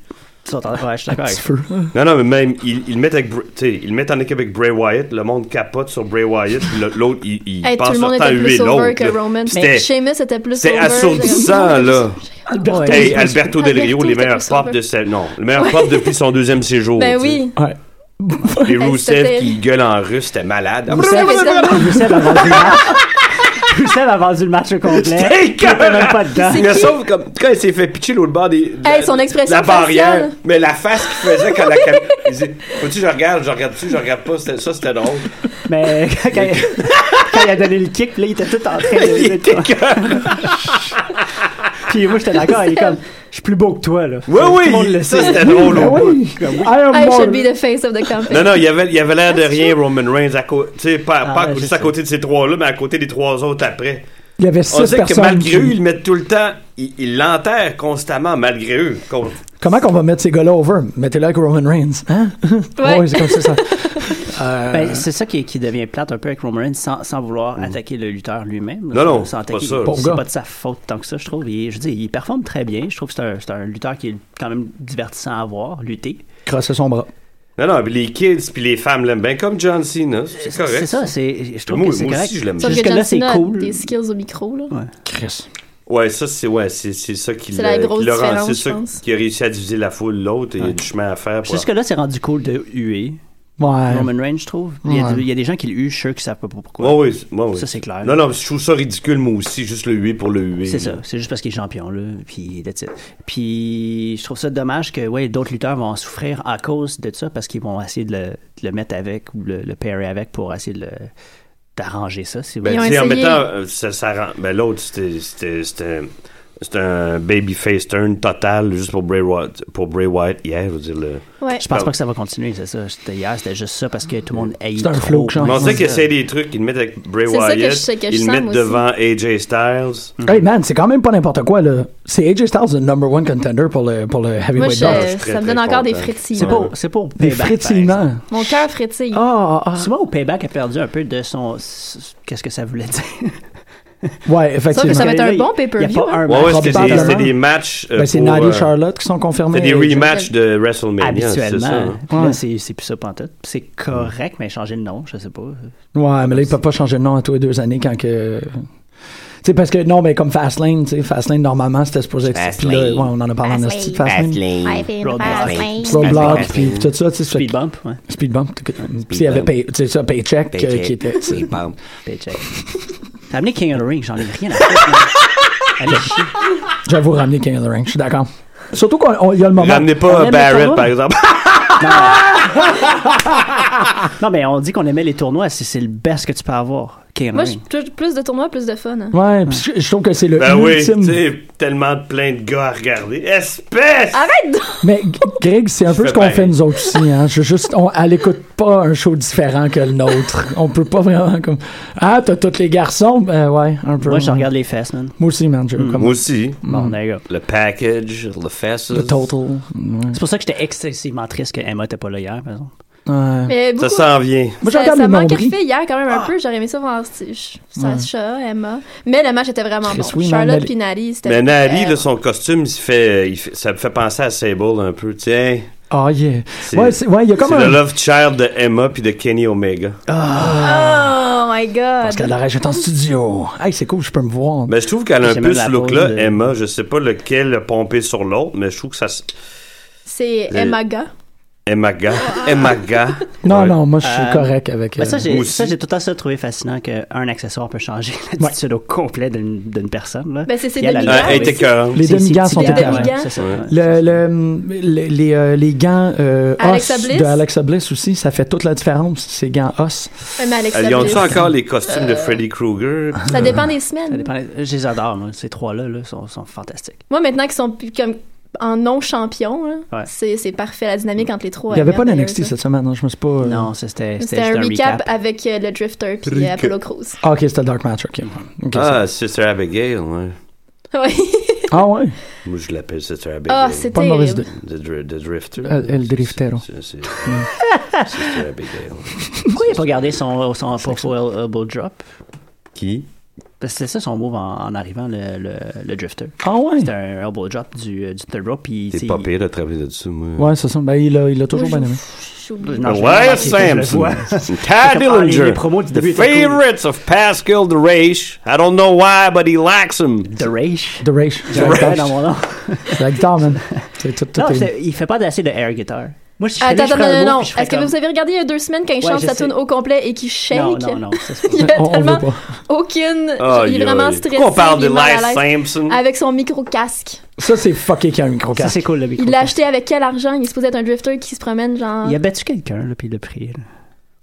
G: Tu t'entends? Ouais, je suis d'accord
E: Petit
G: avec
E: feu.
F: Non, non, mais même, ils, ils le mettent avec, Br- tu sais, ils le mettent en équipe avec Bray Wyatt, le monde capote sur Bray Wyatt, puis le- l'autre, il, il
H: Hey, tout
F: passe
H: le monde
F: leur temps à
H: était
F: huer
H: plus over
F: l'autre.
H: que
F: là.
H: Roman.
F: C'était-
H: Mais Sheamus était plus
F: C'était
H: over.
F: assourdissant, là.
G: Alberto.
F: Hey, Alberto Del
H: Alberto
F: Rio, les
H: était
F: meilleurs
H: plus
F: pop
H: over.
F: de sa... Non, le meilleur pop depuis son deuxième séjour.
H: Ben
F: tu sais.
H: oui.
E: Ouais.
F: Et
H: Hey,
F: Rousseff
H: c'était-
F: qui gueule en russe, c'était malade.
H: Ça fait tellement-
G: Rousseff a vendu le match. Rousseff a vendu le match au complet.
F: C'était
G: Il était même pas dedans.
H: C'est
F: Mais
H: qui?
F: sauf comme quand il s'est fait pitcher l'autre bord des. de
H: Hey,
F: la-
H: son expression
F: La barrière.
H: faciale.
F: Mais la face qu'il faisait quand la caméra. Il disait Faut-tu que je regarde, je regarde dessus, je regarde pas. c'était- Ça, c'était drôle.
G: Mais quand, quand il, quand il a donné le kick, puis là, il était tout en train de.
F: Il était
G: Puis moi, j'étais d'accord, il est comme, je suis plus beau que toi, là.
F: Oui,
G: Tout le monde
F: oui,
G: le
F: ça,
G: sait.
F: c'était drôle.
E: Ah
F: au bout.
E: oui. I am
H: I should
E: more-
H: be the face of the company.
F: Non, non, il avait, il avait l'air de rien, Roman Reigns, à côté. Tu sais, pas,
G: Ah,
F: pas à
G: ouais,
F: côté-
G: je
F: juste à
G: sais.
F: côté de ces trois-là, mais à côté des trois autres après.
E: Il y avait
F: On
E: six
F: sait que
E: personnes.
F: malgré
E: qui-
F: eux, ils le mettent tout le temps. Ils ils l'enterrent constamment, malgré eux. Con-
E: Comment qu'on va mettre ces gars-là over? Mettez-le avec Roman Reigns. Hein?
H: Ouais.
E: c'est comme ça. ça.
F: Euh,
G: Ben, c'est ça qui, qui devient plate un peu avec Roman Reigns sans, sans vouloir attaquer le lutteur lui-même.
F: Mm. Non, non,
G: Sans
F: c'est
G: attaquer-
F: pas ça.
G: C'est
E: Pauvre
G: pas
E: gars.
G: de sa faute tant que ça, je trouve. Il- je dis, il performe très bien. Je trouve que c'est un, c'est un lutteur qui est quand même divertissant à voir, lutter.
E: Crosser son bras.
F: Non, non, puis les kids, puis les femmes l'aiment bien, comme John Cena. C'est correct.
G: C'est ça, c'est, je trouve
F: Moi-
G: que c'est
F: moi
G: correct.
F: aussi, je l'aime
H: Sauf que
G: Jusque-là,
H: John
G: c'est
H: Cena a
G: cool.
H: des skills au micro, là.
E: Chris.
F: Ouais, ça, c'est ouais, c'est, c'est ça qui
H: C'est
F: l'a,
H: la grosse
F: qui l'a rendu-
H: différence,
F: c'est
H: je pense.
F: ça qui a réussi à diviser la foule. L'autre, il y a du chemin à faire. Pour...
G: Jusque-là, c'est rendu cool de huer
E: Ouais.
G: Roman Reigns, je trouve. Il y, a
E: Ouais.
G: du- il y a des gens qui le huent, je suis sûr qu'ils savent pas
F: Ouais,
G: pourquoi.
F: ouais, c'est- ouais, ouais.
G: Ça, c'est clair.
F: Non, non, je trouve ça ridicule, moi aussi, juste le huer pour le huer.
G: C'est ça,
F: là.
G: c'est juste parce qu'il est champion, là, puis that's it. Puis je trouve ça dommage que ouais, d'autres lutteurs vont en souffrir à cause de ça, parce qu'ils vont essayer de le, de le mettre avec ou le, le pairer avec pour essayer de le- d'arranger ça, si vous
F: Ben,
H: Ils ont
F: tu sais, en
H: essayé.
F: mettant. euh, Ça, ça rend- ben, l'autre, c'était, c'était, c'était, c'était un babyface turn total juste pour Bray Wyatt. Pour Bray Wyatt, hier, je veux dire. Le...
H: Ouais.
G: Je
F: ben
G: pense pas que ça va continuer, c'est ça. C'était hier, c'était juste ça parce que tout le monde haït
E: C'est un
G: trop.
E: flow, genre.
F: Mais on sait
E: Ouais,
F: qu'ils essayent des trucs, ils le mettent avec Bray
H: C'est ça que je
F: Wyatt,
H: sais que
F: ils
H: je
F: le
H: sens,
F: mettent
H: moi aussi.
F: devant AJ Styles.
G: Mm.
E: Hey man, c'est quand même pas n'importe quoi là. C'est AJ Styles le number one contender pour le, pour le
H: Moi,
E: heavyweight
H: je-
E: belt.
F: suis très,
H: ça me donne
F: très
H: encore des
F: content.
H: frétilles.
G: C'est
F: Ouais.
G: pour, c'est pour
E: Des
G: Payback, par
E: frétillements.
H: Mon cœur frétille.
E: Ah, ah,
G: exemple. Souvent, au Payback a perdu un peu de son. Qu'est-ce que ça voulait dire?
E: ah. Ouais,
H: Sauf que
E: effectivement.
H: ça va être un
G: Il y a
H: bon pay-per-view.
G: pas
H: hein.
G: un
F: Ouais, ouais,
G: match
F: c'était,
E: Probablement.
F: des, c'était des matchs. euh,
E: Ben, c'est
F: pour,
E: Natty
F: euh,
E: Charlotte qui sont confirmés.
F: C'était des rematchs de WrestleMania. C'est ça,
G: habituellement.
F: hein.
G: Puis là,
E: Ouais.
G: c'est c'est plus ça pantoute. C'est correct, mais changer le nom, je sais pas.
E: Ouais, mais là, ils peuvent pas changer de nom à tous les deux années quand que. Tu sais, parce que non, mais comme Fastlane, tu sais, Fastlane, normalement, c'était supposé être. Puis là, ouais, on en a parlé en hostie de Fastlane. Roadblock, puis tout ça, tu sais, ça fait
G: Speed bump, ouais.
E: Speed bump. t'as- Puis il euh, y avait pay, tu sais, ça, Paycheck, euh, qui était. c'est-
G: Paycheck. T'as amené King of the Ring, j'en ai rien à faire. Allez, chier.
E: J'avoue, ramener King of the Ring, je suis d'accord. Surtout qu'il y a le moment.
F: Ramenez
G: on aime
F: pas
G: les
F: Barrett,
G: tournois.
F: par exemple.
G: Non, mais on dit qu'on aimait les tournois, c'est c'est le best que tu peux avoir. Kane
H: Moi,
G: Ring.
H: je- plus, plus de tournois, plus de fun. hein.
E: Ouais, pis je, je trouve que c'est le
F: Ben oui,
E: ultime.
F: tu sais, tellement de plein de gars à regarder. Espèce!
H: Arrête donc!
E: Mais G- Greg, c'est un peu
F: fais
E: ce qu'on
F: pareil.
E: fait nous autres aussi. Hein. Je juste, on, elle écoute pas un show différent que le nôtre. On peut pas vraiment comme. Ah, t'as tous les garçons. Ben ouais, un peu.
G: Moi, je regarde les fesses, man.
E: Moi aussi, man. je- comme-
F: Mm. Moi aussi.
E: Mm.
G: Bon, there you go.
F: Le package, le fesses.
E: Le total. Ouais.
G: C'est pour ça que j'étais excessivement triste que Emma n'était pas là hier, par exemple.
E: Ouais.
H: Mais
F: Ça Ah.
H: beaucoup,
F: s'en vient.
E: Moi, je
H: ça,
E: regarde
H: ça
E: le
H: manquait
E: nombril.
H: de filles hier quand même un peu. J'aurais aimé ça voir Sacha, Emma. Mais le match était vraiment
E: Chris,
H: bon.
E: oui, man,
H: Charlotte
E: mais-
H: puis Nali, c'était
F: Mais Nali,
H: euh,
F: là, son costume, il fait, il fait- ça me fait penser à Sable un peu. Tiens,
E: Ah, yeah.
F: c'est
E: Ouais, c'est- ouais, il y a
F: c'est
E: comme un. Ah.
F: le love child de Emma puis de Kenny Omega.
H: Oh my god!
E: Parce qu'elle la est en studio. Hey, c'est cool, je peux me voir.
F: Mais je trouve qu'elle a un
G: J'aime
F: peu
G: la
F: ce
G: pose
F: look-là,
G: de-
F: Emma. Je sais pas lequel a pompé sur l'autre, mais je trouve que ça. s-
H: C'est
F: Euh,
H: Emma Ga.
F: Emma Ga. Emma Ga.
E: non,
F: Ouais.
E: non, moi, je suis
G: Euh,
E: correct avec.
G: Ben, ça,
E: euh,
G: j'ai
F: aussi.
G: ça, j'ai tout à ça trouvé fascinant qu'un accessoire peut changer l'attitude au complet d'une d'une personne. Là.
H: Ben, c'est ses
G: Puis elle, elle
F: Ouais,
G: a-
H: demi-gants.
F: Elle était écœurante.
E: les
G: C'est-
E: demi-gants
G: c'est-
E: sont
G: c'est-
E: écœurants.
G: ouais, c'est ça,
F: Ouais.
G: ouais.
E: Le, le- les, les, euh, les gants euh,
H: Alexa
E: os
H: Bliss?
E: de Alexa Bliss aussi, ça fait toute la différence, ces gants os.
H: Mais Alexa
F: Ils ont-tu
H: Bliss.
F: encore les costumes de Freddy Krueger?
H: Ça dépend des
G: Ça
H: semaines.
G: dépend. Je les adore, moi. Ces trois-là là, sont, sont fantastiques.
H: Moi, maintenant qu'ils sont plus comme en non-champion, là,
G: Ouais.
H: c'est c'est parfait. La dynamique entre les trois.
E: Il n'y avait
H: est
E: pas
H: merveilleuse,
E: d'NXT
H: là.
E: cette semaine, non, je me suis pas. euh,
G: Non, ça, c'était
H: C'était un,
G: juste
H: recap avec euh, le Drifter puis euh, Apollo Crews.
E: Ah, ok, c'était Dark Match, ok. Ok, ça-
F: Ah, Sister Abigail, ouais.
H: Oui.
E: Ah ouais?
F: Moi, je l'appelle Sister Abigail.
H: Ah, c'est
E: Pas de mauvaise
H: terrible.
E: idée.
F: The, dri- the Drifter.
E: El- El Euh, Driftero. Mm.
F: C'est- c'est- Sister Abigail.
G: Pourquoi il a pas gardé son, son profile elbow drop?
F: Qui?
G: Parce que c'est ça son move en, en arrivant, le, le, le drifter.
E: Ah ouais?
G: C'était un elbow drop du, euh, du third rope. puis, tu
F: T'es
G: sais,
F: pas
G: il-
F: pire de travailler là-dessus, moi.
E: Ouais, c'est ça. Ben, il l'a il l'a toujours
H: Moi,
E: bien aimé.
H: je- je-
G: Non, Ah, je l'ai
F: Ouais,
G: remarqué, je le vois.
F: Samson.
G: C'est
F: Ty
G: comme, ah, les- les
F: Dillinger.
G: promos du
F: The
G: début étaient cool.
F: favorites of Pascal DeRaiche. I don't know why, but he likes him.
G: The Rage.
E: The Rage. C'est
G: J'ai
E: la
G: un gars
E: guitare.
G: dans mon nom.
E: C'est la guitare, man. C'est tout, tout
G: Non,
E: est-
G: c'est- il fait pas assez de air guitar. Moi, si je
H: Attends,
G: faisais,
H: attends,
G: je ferais un
H: non,
G: move,
H: non, non.
G: puis je ferais
H: Est-ce que
G: comme-
H: vous avez regardé il y a deux semaines quand il
G: Ouais,
H: chante
G: je
H: sa
G: sais.
H: tune au complet et qu'il shake?
G: Non, non, non. ça, c'est pas-
H: Il y a
E: On, on
H: tellement
E: veut pas.
H: aucune. il
F: Aïe,
H: est vraiment
F: aïe.
H: stressé.
F: Pourquoi on parle
H: il
F: de
H: est mal à
F: Lyle
H: l'aise.
F: Sampson?
H: Avec son micro-casque.
E: Ça, c'est fucké qu'il y a un micro
G: Ça, c'est cool, le micro.
H: Il l'a acheté avec quel argent? Il est supposé être un drifter qui se promène, genre.
G: Il a battu quelqu'un, là, puis il l'a pris. là.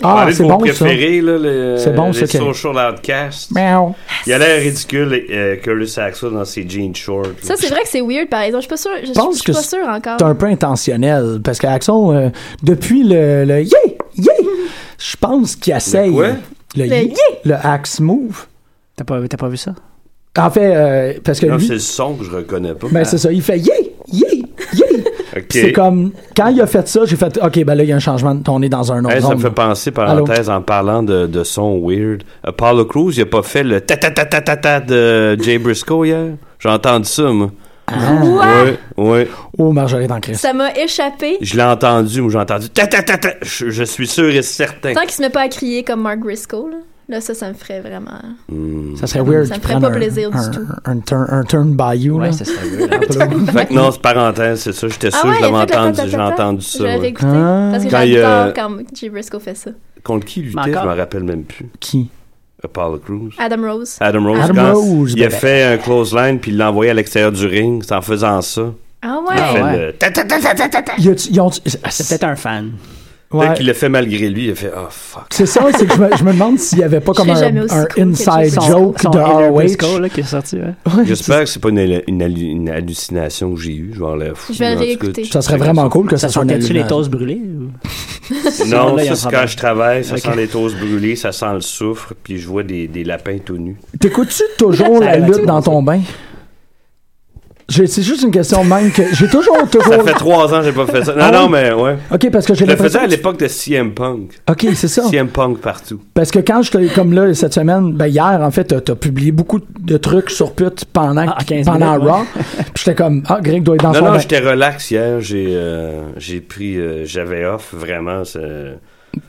E: Ah,
F: Parlez de
E: c'est
F: vos
E: bon,
F: préférés, là, le,
E: C'est bon,
F: les
E: ça, Kevin.
F: social outcasts.
E: ça. Miaou.
F: Il a l'air ridicule, euh, Curtis Axel, dans ses jeans shorts.
H: Ça, c'est vrai que c'est weird, par exemple. Je suis pas sûre. Je, je-
E: pense
H: je
E: que
H: suis pas
E: c'est-
H: sûre encore.
E: C'est un peu intentionnel. Parce qu'Axon, euh, depuis le, le yeah, yeah, je pense qu'il essaye.
F: quoi?
E: Le,
H: Le
E: yeah, le axe move.
G: T'as pas, t'as pas vu ça?
E: En fait, euh, parce que
F: Non,
E: lui.
F: c'est le son que je reconnais pas.
E: Ben, c'est ça. Il fait yeah, yeah, yeah.
F: Ok.
E: C'est comme, quand il a fait ça, j'ai fait, OK, ben là, il y a un changement, de- on est dans un autre
F: Hey, ça
E: zone.
F: me fait penser, parenthèse, en parlant de, de son weird. Apollo Crews, il a pas fait le ta ta ta ta ta ta de Jay Briscoe hier? J'ai entendu ça, moi.
H: Quoi?
F: Ouais, ouais.
E: Ah. Oh, Marjorie dans Christ.
H: Ça m'a échappé.
F: Je l'ai entendu, moi, j'ai entendu ta ta ta ta. Je, je suis sûr et certain.
H: Tant qu'il se met pas à crier comme Mark Briscoe, là. Là, ça, ça me ferait vraiment.
F: Hmm.
E: Ça serait weird.
H: Ça me
E: qu'il
H: ferait
E: prenne
H: pas plaisir du
E: un,
H: tout.
E: Un, un turn, un turn by you, là.
G: Ouais, ça serait weird. hein.
F: Fait que non, c'est parenthèse, c'est ça. J'étais sûr,
H: ah ouais,
F: je
H: il
F: l'avais
H: a fait le
F: entendu,
H: ta-ta-ta-ta.
F: j'ai entendu ça.
H: Je l'avais
F: ouais.
H: écouté.
E: Ah.
H: Parce que
F: Quand il, euh,
H: j'adore quand Jay Briscoe fait ça.
F: Contre qui il luttait, je
G: Encore.
F: me rappelle même plus.
E: Qui?
F: Apollo Crews.
H: Adam Rose.
F: Adam Rose,
E: Adam
F: quand
E: Rose,
F: il a
E: bébé.
F: fait un close line puis il l'a envoyé à l'extérieur du ring, c'est en faisant ça.
H: Ah
F: Il
H: ouais.
F: fait
G: ouais.
F: le ta ta ta ta ta ta. ta.
E: Y a-tu- Ils ont,
G: C'est peut-être un fan.
F: Peut-être
E: ouais.
F: qu'il l'a fait malgré lui, il a fait Ah fuck.
E: C'est ça, c'est que je me, je me demande s'il y avait pas comme
H: serais
E: un,
H: jamais aussi
E: un
H: cool que
E: inside
H: Jason.
E: joke
G: Son
E: de
G: Inner
E: ROH.
G: Briscoe, là, qui est sorti, ouais.
F: J'espère que c'est pas une, une, hallu- une hallucination que j'ai eue. Je vais, le fou,
H: Je vais
F: en tout cas,
H: réécouter.
F: tu-
E: Ça serait vraiment cool que ça,
G: Ça
E: soit une
G: sentait-tu les
E: allumage.
G: toasts brûlés? ou-
F: Non,
G: Là, il y
F: ça
G: a un
F: c'est
G: problème.
F: quand je travaille, ça
G: Ok.
F: sent les toasts brûlés, ça sent le soufre, puis je vois des, des lapins tout nus.
E: Oh T'écoutes-tu toujours la
G: Ça
E: lutte
G: va-tu?
E: dans ton bain? J'ai- C'est juste une question de même que j'ai toujours,
F: Ça
E: toujours.
F: fait trois ans que j'ai pas fait ça. Non,
E: Ah
F: non,
E: oui?
F: mais ouais.
E: Ok, parce que j'ai
F: Je le faisais
E: l'impression.
F: à l'époque de CM Punk.
E: Ok, c'est ça.
F: CM Punk partout.
E: Parce que quand j'étais comme là cette semaine, ben hier en fait, t'as- t'as publié beaucoup de trucs sur pute pendant
G: Ah, à 15
E: pendant
G: minutes, ouais.
E: Raw. Puis j'étais comme ah Greg doit être dans
F: Non,
E: son
F: non,
E: bain.
F: j'étais relax hier. J'ai euh, j'ai pris, euh, j'avais off vraiment. c'est-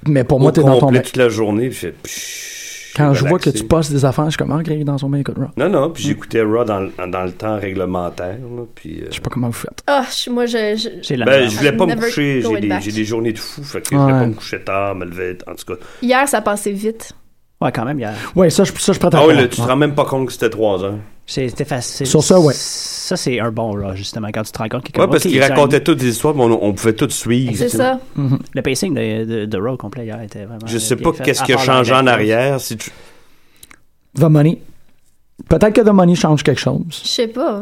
E: Mais pour
F: Au
E: moi t'es dans ton
F: complet
E: bain.
F: toute la journée. Puis je fais, pshhh,
E: Quand je vois que
F: relaxé.
E: tu postes des affaires, je suis comme ah Greg est dans son bain écoute Raw.
F: Non, non, puis j'écoutais Raw dans, le- dans le temps réglementaire. là, puis, euh,
E: Je sais pas comment vous faites.
H: Ah, je- moi, je. je-
G: J'ai la
F: ben,
G: merde.
F: je voulais pas me
H: Never
F: coucher.
H: going
F: J'ai des,
H: back.
F: j'ai des journées de fou. Fait que
E: Ouais.
F: je voulais pas me coucher tard, me lever. En tout cas.
H: Hier, ça passait vite.
G: Ouais, quand même, hier.
E: Ouais, ça je ça je prends ta
F: Ah oui,
E: parole.
F: là, tu te rends même pas compte que c'était 3 heures.
G: C'était facile.
E: Sur ça, ouais.
G: Ça, c'est un bon Raw, justement, quand tu te rends compte que.
F: Ouais, parce
G: ok,
F: qu'ils
G: c'est un-
F: racontaient toutes les histoires, mais on, on pouvait toutes suivre.
H: C'est ça.
G: Le pacing de, de, de Raw complet hier était vraiment.
F: Je sais
G: bien
F: pas
G: fait,
F: qu'est-ce
G: à
F: qui a
G: part
F: changé en
G: l'anecdote.
F: arrière. Si tu...
E: The Money. Peut-être que The Money change quelque chose.
H: Je sais pas.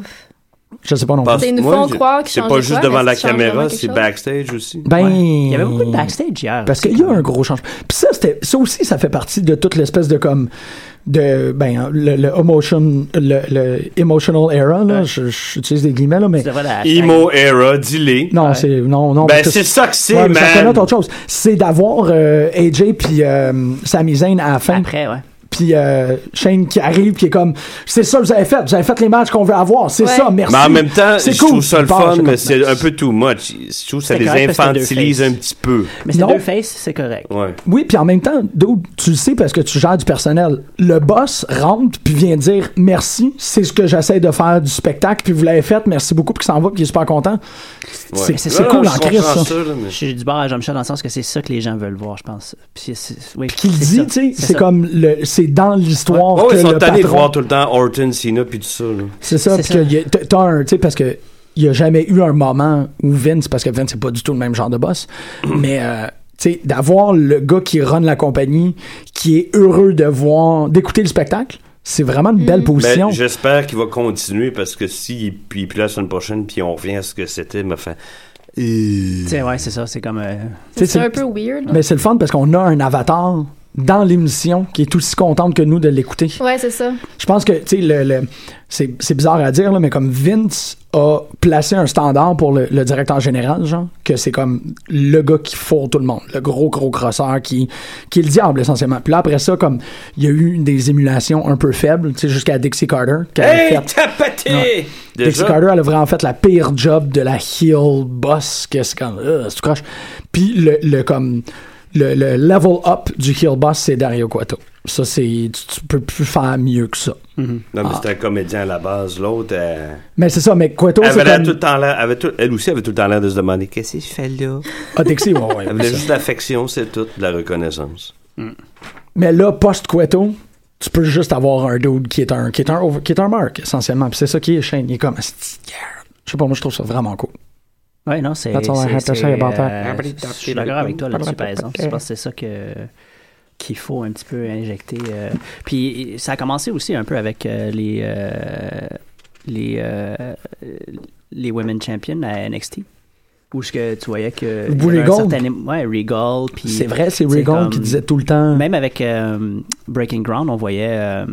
E: Je sais pas non plus.
H: Ils nous
F: Moi,
H: font
F: je-
H: croire qu'ils
F: C'est
H: changent
F: pas
H: de
F: juste
H: quoi,
F: devant
H: mais
F: la
H: ça change vraiment
F: caméra,
H: quelque
F: c'est
H: chose.
F: backstage aussi.
E: Ben,
G: Il y avait beaucoup de backstage hier.
E: Parce qu'il y a un gros changement. Puis ça, c'était, ça aussi, ça fait partie de toute l'espèce de comme de ben le, le emotion- le, le emotional era là. Je- J'utilise des guillemets là, mais
G: Devant la hashtag.
F: Emo era, dis-les.
E: non, c'est non, non.
F: Ben,
E: parce que
F: c'est ça que c'est,
E: Ouais, mais Ça
F: man.
E: connote autre chose. C'est d'avoir euh, AJ puis euh, Sami Zayn à la fin,
G: Après, ouais.
E: puis euh, Shane qui arrive, qui est comme, c'est ça que vous avez fait, vous avez fait les matchs qu'on veut avoir, c'est
H: Ouais.
E: ça, merci.
F: Mais en même temps,
E: c'est
F: je
E: cool.
F: trouve ça le
E: Puis il part,
F: fun,
E: je
F: mais
E: suis comme,
F: c'est un peu too much. Je trouve que ça
G: C'est
F: les
G: correct parce que c'est deux
F: infantilise
G: faces.
F: un petit peu.
G: Mais c'est
E: Non.
G: deux faces, c'est correct.
F: Ouais.
E: Oui, puis en même temps, dude, tu le sais parce que tu gères du personnel. Le boss rentre puis vient dire merci, c'est ce que j'essaie de faire du spectacle, puis vous l'avez fait, merci beaucoup, puis qu'il s'en va, puis il est super content. C'est- C'est c'est
F: Non,
E: cool
F: non,
E: en
F: je
E: crise,
F: comprends
E: ça.
F: là, mais-
G: Je suis du bord à Jean-Michel dans le sens que c'est ça que les gens veulent voir, je pense. Puis c'est- c'est- oui,
E: Qu'il
G: c'est
E: dit,
G: ça.
E: tu sais, c'est
G: ça.
E: comme le, c'est dans l'histoire
F: Ouais,
E: que
F: ils sont
E: le
F: tannés de
E: patron
F: voir tout le temps Orton, Cena, puis tout ça. là.
E: C'est ça,
G: C'est
E: parce que y a- t'as- t'as un, tu sais, parce que il n'y a jamais eu un moment où Vince, parce que Vince, c'est pas du tout le même genre de boss, mais, euh, tu sais, d'avoir le gars qui run la compagnie, qui est heureux de voir, d'écouter le spectacle, c'est vraiment une belle
F: Ben,
E: position.
F: J'espère qu'il va continuer parce que s'il est puis, puis la semaine prochaine, puis on revient à ce que c'était, mais enfin.
G: Tu sais, ouais, c'est ça, c'est comme. euh,
E: Tu sais,
H: C'est
E: c'est-
H: un peu weird. là.
E: Mais c'est le fun parce qu'on a un avatar dans l'émission qui est aussi contente que nous de l'écouter.
H: Ouais, c'est ça.
E: Je pense que, tu sais, le, le- c'est, c'est bizarre à dire, là, mais comme Vince a placé un standard pour le, le directeur général, genre, que c'est comme le gars qui fourre tout le monde, le gros, gros crosseur qui, qui est le diable, essentiellement. Puis là, après ça, comme, il y a eu des émulations un peu faibles, tu sais, jusqu'à Dixie Carter. qui avait fait-
F: t'as pété!
E: Ouais. Dixie
F: Déjà,
E: Carter, elle a vraiment fait la pire job de la heel boss, que c'est comme, euh, c'est tout croche. Puis le, le comme, le, le level up du heel boss, c'est Dario Cuato. Ça, c'est, tu, tu peux plus faire mieux que ça.
F: non,
E: Ah.
F: mais c'était un comédien à la base. L'autre, elle,
E: Mais c'est ça, mais Cueto,
F: elle
E: c'est
F: avait l'air tout
E: comme...
F: le temps l'air- avait tout- elle aussi avait tout le temps l'air de se demander qu'est-ce qu'il fait là.
E: Ah, Dixie, ouais, ouais,
F: Elle
E: c'est
F: voulait
E: ça.
F: juste de l'affection, c'est tout, de la reconnaissance.
E: Mais là, post-Cueto, tu peux juste avoir un dude qui est un, qui est un, over- qui est un mark, essentiellement. Puis c'est ça qui est Shane. Il est comme... Asti, yeah. Je sais pas, moi, je trouve ça vraiment cool.
G: Ouais, non, c'est.
E: That's all I
G: c'est-
E: had to
G: c'est,
E: say about that.
G: euh, Je suis d'accord avec toi là-dessus, par exemple. Je pense que c'est ça que qu'il faut un petit peu injecter. euh. Puis ça a commencé aussi un peu avec euh, les euh, les euh, les women champions à NXT. Où ce que tu voyais que il y avait un
E: Regal.
G: certain- ouais, Regal puis
E: C'est vrai, c'est
G: tu sais,
E: Regal
G: comme-
E: qui disait tout le temps...
G: même avec euh, Breaking Ground, on voyait euh,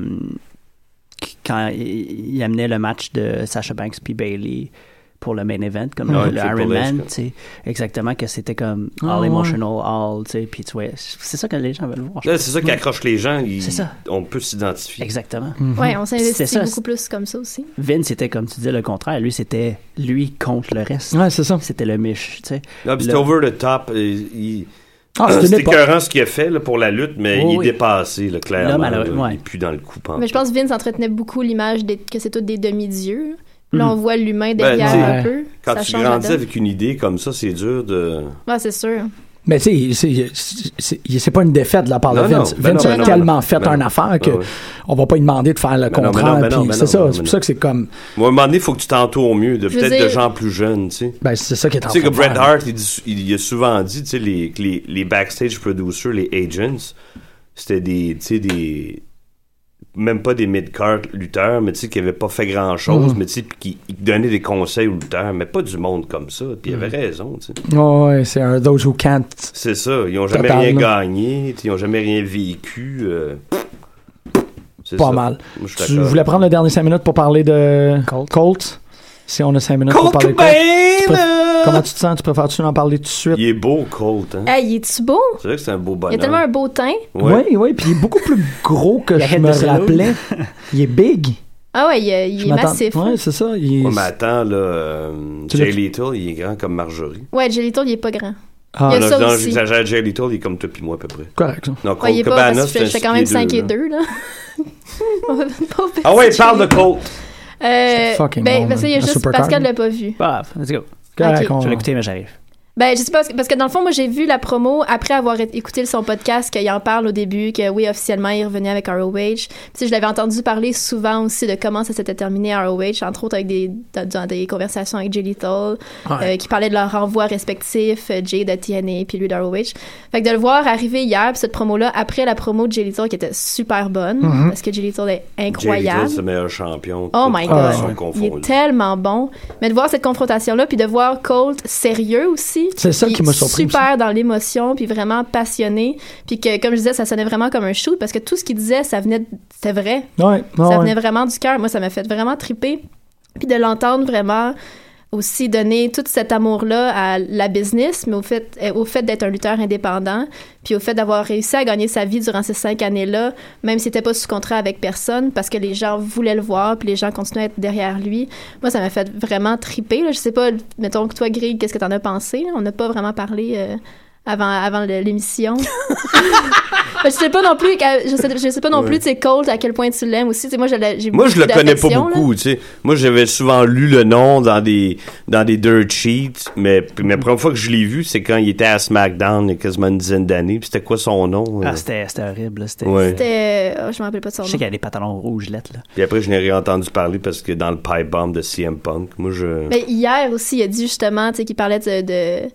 G: qu- quand il, il amenait le match de Sasha Banks puis Bailey pour le main event, comme
F: Ouais,
G: le, le
F: c'est pour
G: Iron
F: les-
G: Man, tu sais, exactement que c'était comme all
E: Ah, ouais.
G: emotional, all, tu sais, puis tu vois, c'est ça que les gens veulent voir. je
F: Là,
G: pense.
F: c'est ça qui accroche les gens. ils-
G: C'est ça.
F: On peut s'identifier.
G: Exactement.
E: Mhm.
H: Ouais, on
G: C'est
H: s'investit
G: ça,
H: beaucoup
G: c'est-
H: plus comme ça aussi.
G: Vince c'était comme tu dis le contraire, lui c'était lui contre le reste.
E: Ouais, c'est ça.
G: C'était le miche, tu sais.
F: Non, puis
G: Le-
F: c'est over the top. euh, il-
E: Ah, c'est une
F: c'est
E: époque.
F: écœurant ce qu'il a fait là, pour la lutte, mais
G: Oui,
F: il est
G: oui.
F: dépassé, là, clairement.
G: L'homme à la-
F: là.
G: ouais.
F: Il est plus dans le coup.
H: Mais je pense que Vince entretenait beaucoup l'image des- que c'est tous des demi-dieux. Là,
E: Mhm.
H: on voit l'humain
F: Ben,
H: derrière
F: tu sais,
H: un peu.
F: Quand
H: ça
F: tu
H: change la
F: grandis
H: donne.
F: avec une idée comme ça, c'est dur de.
H: Ouais, c'est sûr.
E: Mais tu sais, c'est- c'est- c'est- c'est pas une défaite de la part de
F: Non, non,
E: Vince.
F: ben
E: Vince
F: non,
E: a
F: ben non,
E: tellement
F: ben
E: fait
F: non.
E: un affaire que
F: Ben ouais.
E: on va pas lui demander de faire le
F: Ben non, ben
E: contraire.
F: non, ben non,
E: puis
F: ben
E: c'est
F: non,
E: ça,
F: ben
E: c'est
F: non.
E: pour ça que c'est comme...
F: Moi, à un moment donné, il faut que tu t'entoures mieux, de,
H: Je veux
F: peut-être de
H: dire-
F: gens plus jeunes, tu sais.
E: Ben, c'est ça qui est en
F: Tu sais que
E: train de
F: Bret
E: faire.
F: Hart, il, dit- il a souvent dit, tu sais, les, que les, les backstage producers, les agents, c'était des, tu sais, des... Même pas des mid-card lutteurs, mais tu sais, qui n'avaient pas fait grand-chose,
E: Mm.
F: mais tu sais, puis qui qui donnaient des conseils aux lutteurs, mais pas du monde comme ça. Puis il avait
E: Mm.
F: raison, tu sais.
E: Ouais, ouais, c'est un « those who can't
F: C'est ça, ils n'ont jamais
E: Total,
F: rien
E: là.
F: gagné, tu sais, ils n'ont jamais rien vécu. euh, c'est
E: Pas
F: ça.
E: mal.
F: Moi, je suis
E: Tu
F: d'accord.
E: voulais prendre le dernier 5 minutes pour parler de Colt. Si on a 5 minutes pour
F: Colt
E: parler de Colt. Tu
F: Cobain!
E: préf- Comment tu te sens? Tu préfères-tu en parler tout de suite?
F: Il est beau, Colt, hein?
H: Hey, il est-tu beau?
F: C'est vrai que c'est un beau
H: Eh. Il a
F: bonhomme.
H: tellement un beau teint.
F: Ouais.
E: Oui, oui, puis il est beaucoup plus gros que
G: La
E: je
G: head
E: me
G: de solo.
E: rappelais. Il est big.
H: Ah ouais, il, est- il
E: Je
H: est
E: m'attends-
H: massif. hein.
E: Ouais, c'est ça. Il est-
F: Ouais, mais attends, là, euh,
E: Tu l'as-
F: Jay Little, il est grand comme Marjorie.
H: Ouais, Jelly Toll, il est pas grand.
E: Ah,
H: il y a
F: non,
H: ça
F: non,
H: aussi.
F: j'exagère, Jay Little, il est comme toi puis moi à peu près.
E: correct. ça.
F: Non,
H: Ouais, il est
F: Colt
H: pas
F: Cabana,
H: parce que
F: c'est un
H: j'étais quand même
F: six pieds
H: 5 et
F: deux, là.
H: 2, là. On va pas faire
F: Ah ouais,
H: ça,
F: parle de
H: Jelly
F: Colt!
H: Toll. Euh,
E: Fucking
H: ben,
E: long,
H: parce qu'il y a
E: man. Un
H: juste
E: supercar,
H: Pascal
E: là.
H: l'a pas vu.
G: Bah, let's go.
E: Correct,
H: Ok.
E: on-
G: Je vais l'écouter, mais j'arrive.
H: Ben, je sais pas, parce que, parce que dans le fond, moi, j'ai vu la promo après avoir é- écouté son podcast, qu'il en parle au début, que oui, officiellement, il revenait avec ROH. Puis, tu sais, je l'avais entendu parler souvent aussi de comment ça s'était terminé à ROH, entre autres avec des, dans, dans des conversations avec Jay Lethal,
I: Ouais.
H: euh, qui parlait de leurs renvois respectifs, euh, Jay de TNA, puis lui de ROH. Fait que de le voir arriver hier, puis cette promo-là, après la promo de Jay Lethal, qui était super bonne, parce que Jay Lethal est
F: Jay Lethal,
H: incroyable.
F: c'est le meilleur champion.
H: Oh my God.
F: Ils sont
H: Il est
F: confondus.
H: tellement bon. Mais de voir cette confrontation-là, puis de voir Colt sérieux aussi.
E: C'est ça
H: Il
E: qui m'a surpris
H: Super dans l'émotion, puis vraiment passionné. Puis que, comme je disais, ça sonnait vraiment comme un shoot parce que tout ce qu'il disait, ça venait, de- c'était vrai.
E: Ouais,
H: ça
E: Ah ouais.
H: venait vraiment du cœur. Moi, ça m'a fait vraiment triper. Puis de l'entendre vraiment aussi donner tout cet amour-là à la business, mais au fait, euh, au fait d'être un lutteur indépendant, puis au fait d'avoir réussi à gagner sa vie durant ces cinq années-là, même s'il n'était pas sous contrat avec personne, parce que les gens voulaient le voir, puis les gens continuaient à être derrière lui. Moi, ça m'a fait vraiment triper. Là. Je sais pas, mettons que toi, Greg, qu'est-ce que t'en as pensé? On n'a pas vraiment parlé... euh, avant, avant le- l'émission. je sais pas non plus, qu'à- je sais, je sais pas non plus, tu sais, Colt, à quel point tu l'aimes aussi. Tu sais, moi, je l'ai- j'ai
F: Moi, je
H: beaucoup
F: le connais pas
H: d'affection, là.
F: beaucoup, tu sais. Moi, j'avais souvent lu le nom dans des, dans des dirt sheets, mais puis la première fois que je l'ai vu, c'est quand il était à SmackDown il y a quasiment une dizaine d'années. Puis c'était quoi son nom? euh?
G: Ah, c'était c'était horrible. là, C'était.
F: Ouais.
H: C'était- oh, je me rappelle pas de son
G: Je
H: nom.
G: sais qu'il y a des pantalons rouges lettres. Là.
F: Puis après, je n'ai rien entendu parler parce que dans le pipe bomb de CM Punk, moi, je...
H: Mais hier aussi, il a dit justement, tu sais, qu'il parlait de, de,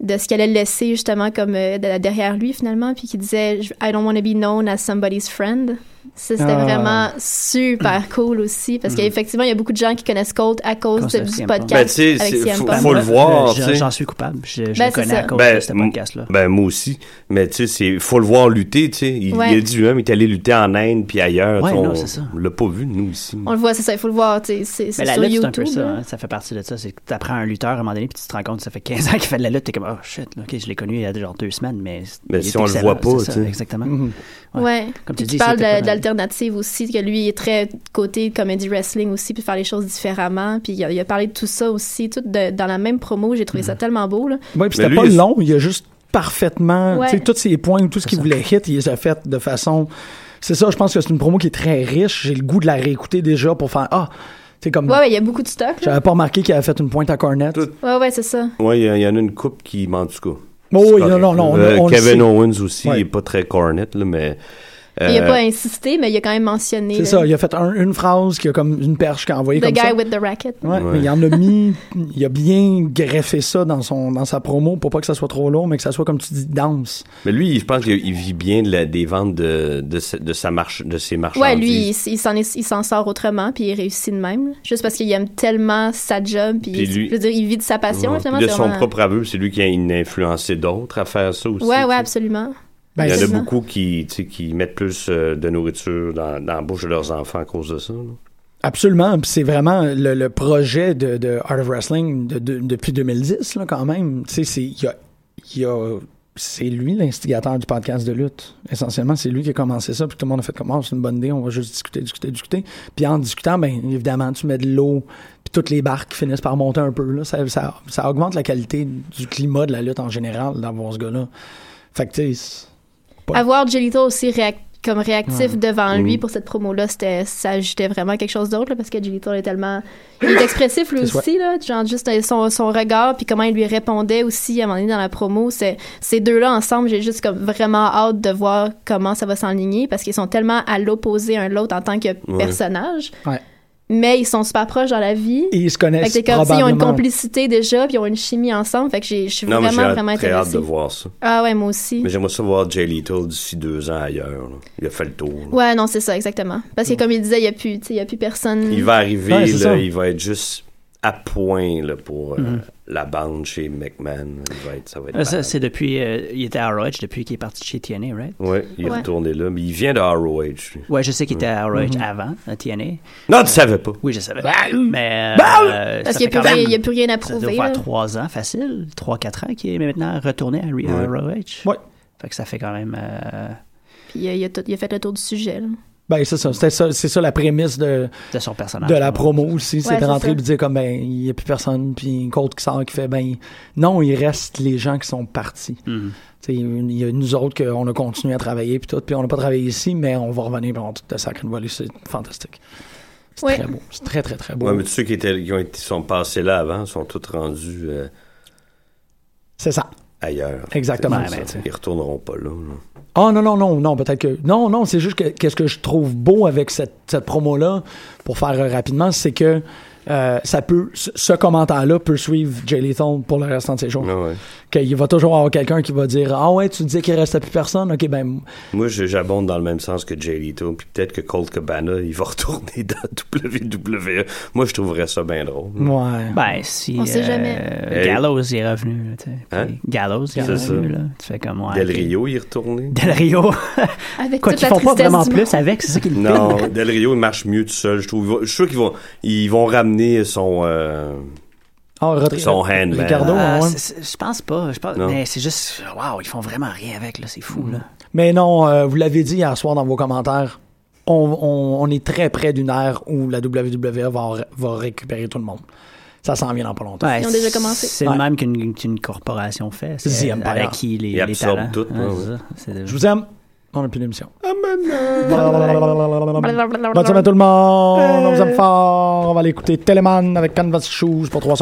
H: de ce qu'il allait laisser justement comme euh, de- derrière lui finalement, puis qu'il disait je- I don't want to be known as somebody's friend. Ça, c'était
E: Ah.
H: vraiment super cool aussi,
G: Mm.
H: parce qu'effectivement, il y a beaucoup de gens qui connaissent Colt à cause
G: Cause de
H: de- du
G: CM Punk.
F: Ben,
H: podcast.
F: tu sais,
H: avec
F: c'est-
H: CM
F: faut,
H: Punk.
F: faut le
G: Ouais,
F: voir,
G: je-
F: tu sais.
G: J'en suis coupable. Je, je
H: Ben,
G: le
H: c'est
G: connais à
H: ça.
G: cause de ce
F: m-
G: podcast-là.
F: ben, moi aussi. Mais tu sais, c'est faut le voir lutter, tu sais. Il,
H: Ouais.
F: il a dit lui-même, il est allé lutter en Inde puis ailleurs.
G: Ouais,
F: tu sais,
G: non,
F: on
G: c'est ça.
F: on l'a pas vu, nous, ici.
H: On le voit, c'est ça, il faut le voir, tu sais, c'est
G: Mais
H: c'est
G: la
H: sur
G: lutte, c'est un
H: YouTube.
G: peu ça.
H: là.
G: hein. Ça fait partie de ça. C'est que tu apprends un lutteur à un moment donné, puis tu te rends compte que ça fait 15 ans qu'il fait de la lutte. T'es comme, oh shit, là, ok, je l'ai connu il y a genre deux semaines, mais.
F: Mais
G: il
F: si
G: est
F: on le voit
G: excellent,
F: pas,
G: c'est ça,
F: tu sais.
G: Exactement.
H: Mm-hmm.
G: Ouais.
H: Ouais.
G: Comme
H: Puis
G: tu
H: tu
G: dis,
H: parles
G: c'était pas
H: de, de
G: mal.
H: l'alternative aussi, que lui est très côté comedy wrestling aussi, puis faire les choses différemment. Puis il a, il a parlé de tout ça aussi, tout de- dans la même promo. J'ai
G: Mm.
H: trouvé ça tellement beau. Là.
E: Oui, puis c'était
F: lui,
E: pas
F: il-
E: long, il a juste parfaitement,
H: Ouais.
E: tu sais, tous ses points, tout ce qu'il voulait hit, il les a fait de façon. C'est ça, je pense que c'est une promo qui est très riche. J'ai le goût de la réécouter déjà pour faire ah, tu sais comme
H: Ouais, ouais, il y a beaucoup de stock. là.
E: j'avais pas remarqué qu'il avait fait une pointe à Cornette.
F: Tout-
H: Ouais, ouais, c'est ça.
F: Ouais, il y, a- il y en a une coupe qui m'en tout cas.
E: Oh,
F: c'est
E: oui, non,
F: correct.
E: non, non, on-
F: Euh,
E: on le
F: Kevin
E: sait.
F: Owens aussi,
E: Ouais.
F: il est pas très cornet, là, mais.
H: Il a
F: euh,
H: pas insisté, mais il a quand même mentionné
E: C'est
H: là,
E: ça, il a fait un- une phrase qui a comme une perche qui a envoyé
H: The
E: comme
H: Guy
E: ça.
H: with the Racket.
E: Ouais,
F: Ouais.
E: mais il en a mis, il a bien greffé ça dans son dans sa promo pour pas que ça soit trop long, mais que ça soit comme tu dis danse.
F: Mais lui, je pense qu'il il vit bien de la- des ventes de, de, sa- de sa marche, de ses marchandises.
H: Ouais, lui, il, s- il s'en est- il s'en sort autrement, puis il réussit de même. là. Juste parce qu'il aime tellement sa job, puis,
F: Puis lui-
H: je veux dire, il vit de sa passion,
F: Ouais.
H: là, finalement.
F: Puis de
H: c'est
F: son
H: vraiment-
F: propre aveu, c'est lui qui a influencé d'autres à faire ça aussi.
H: Ouais,
F: tu
H: ouais,
F: sais.
H: absolument.
E: Ben,
F: Il y en a
H: Absolument.
F: beaucoup qui, tu sais, qui mettent plus euh, de nourriture dans, dans la bouche de leurs enfants à cause de ça. là.
E: Absolument, puis c'est vraiment le, le projet de, de Art of Wrestling de- de- depuis 2010, là, quand même. Tu sais, c'est, il y a- il y a- c'est lui l'instigateur du podcast de lutte. Essentiellement, c'est lui qui a commencé ça, puis tout le monde a fait comme, Ah, c'est une bonne idée, on va juste discuter, discuter, discuter. Puis en discutant, ben évidemment, tu mets de l'eau, puis toutes les barques finissent par monter un peu. Là. Ça, ça- ça augmente la qualité du climat de la lutte en général d'avoir ce gars-là. Fait que, tu sais, c'est- Ouais.
H: Avoir Jelito aussi réac- comme réactif devant lui pour cette promo-là, c'était, ça ajoutait vraiment quelque chose d'autre, là, parce que Jelito est tellement... Il est expressif, lui
E: C'est
H: aussi, là, genre juste euh, son, son regard, puis comment il lui répondait aussi, à un moment donné, dans la promo. C'est, ces deux-là, ensemble, j'ai juste comme vraiment hâte de voir comment ça va s'enligner, parce qu'ils sont tellement à l'opposé un de l'autre en tant que personnage,
E: Ouais.
H: mais ils sont super proches dans la vie.
E: et ils se
H: Fait
E: connaissent
H: que c'est comme s'ils ont une
E: probablement.
H: complicité déjà, puis ils ont une chimie ensemble. Fait que j'ai- je suis
F: Non, mais j'ai
H: vraiment,
F: hâte-
H: vraiment
F: très hâte
H: intéressée.
F: de voir ça.
H: Ah ouais, moi aussi.
F: Mais j'aimerais ça voir Jay Little d'ici deux ans ailleurs. là. Il a fait le tour. là.
H: Ouais, non, c'est ça, exactement. Parce
G: Hmm.
H: que comme il disait, il n'y a, plus- tu sais, il y a plus personne.
F: Il va arriver,
E: Ouais, c'est
F: là,
E: ça.
F: il va être juste à point là, pour euh, la bande chez McMahon. Il va être, ça va être
G: Ah, Ça,
F: malade.
G: c'est depuis. euh, il était à ROH depuis qu'il est parti chez TNA, right?
F: Ouais, il est
H: Ouais.
F: retourné là, mais il vient de ROH. lui.
G: Ouais, je sais qu'il était à ROH
H: Mm-hmm.
G: avant, euh, à TNA.
F: Non, tu savais pas.
G: Oui, je savais.
H: Bah,
G: Mais. euh,
H: Parce
G: ça
H: qu'il
G: fait quand même-
H: n'y a, plus rien à
G: Ça doit
H: prouver.
G: faire
H: là.
G: trois ans facile, trois, quatre ans qu'il est maintenant retourné à Re- à ROH.
E: Ouais.
G: Fait que ça fait quand même. euh,
H: Puis il a, il a tout- il a fait le tour du sujet. là.
E: Ben, c'est ça, c'était ça, c'est ça la prémisse de,
G: de son personnage.
E: de la
G: Ouais.
E: promo aussi, c'est
H: Ouais,
E: de
H: c'est
E: rentrer
H: ça.
E: et de dire comme ben il n'y a plus personne, puis Colt qui sort qui fait ben non, il reste les gens qui sont partis.
G: Mhm.
E: Tu sais, Il y a nous autres qu'on a continué à travailler puis tout, puis on n'a pas travaillé ici, mais on va revenir puis on va tout de sacre voler, c'est fantastique. C'est
H: Ouais.
E: très beau, c'est très très très beau.
F: Ouais, mais tous ceux qui, étaient, qui ont été, sont passés là avant sont tous rendus. euh,
E: C'est ça.
F: ailleurs.
E: Exactement.
F: C'est ça. Ils retourneront pas là. là.
E: Ah non, non, non, non, peut-être que. Non, non, c'est juste que qu'est-ce que je trouve beau avec cette, cette promo-là, pour faire euh, rapidement, c'est que euh, ça peut. Ce ce commentaire-là peut suivre Jay Lethal pour le restant de ses jours.
F: Ah ouais.
E: Qu'il va toujours avoir quelqu'un qui va dire Ah ouais, tu disais qu'il restait plus personne, ok, ben.
F: Moi, je- j'abonde dans le même sens que Jay Leto, puis peut-être que Colt Cabana, il va retourner dans WWE. Moi, je trouverais ça bien drôle.
E: Ouais.
G: Ben, si.
H: On sait
G: euh,
H: jamais.
G: Gallows est revenu. là, tu sais.
F: Hein?
G: Gallows est
F: C'est
G: revenu.
F: ça.
G: Là. Tu fais comme ouais,
F: Del
G: ok.
F: Rio, il est retourné.
G: Del Rio.
H: Avec
G: Quoi
H: toute
G: qu'ils
H: la
G: font pas
H: tristesse
G: vraiment
H: du monde.
G: plus avec, c'est ça qu'ils
F: Non, Del Rio, il marche mieux tout seul. Je, trouve, Il va- je suis sûr qu'ils vont, ils vont ramener son. euh,
E: Ah, retrait-
F: Son hand,
E: Ricardo, hein?
G: Ah,
E: ouais.
G: c'est- c'est- Je pense pas. Je pense,
F: Non.
G: mais c'est juste, waouh, ils font vraiment rien avec, là, c'est fou. Là.
E: Mais non, euh, vous l'avez dit hier soir dans vos commentaires, on, on- on est très près d'une ère où la WWE va, va récupérer tout le monde. Ça s'en vient dans pas longtemps.
G: Ouais,
H: Ils ont déjà commencé.
G: C'est
E: Ouais.
G: le même qu'une qu'une corporation fait.
E: The
G: C'est
E: Empire.
G: avec qui les,
F: Ils
G: les
F: absorbent
G: talents.
F: tout,
G: Ouais,
F: ouais,
G: c'est
F: ouais.
G: ça. C'est déjà-
E: Je vous aime. On n'a plus d'émission.
H: Blablabla.
E: Bonne semaine tout le monde. On vous aime fort. On va aller écouter Telemann avec Canvas Shoes pour 300.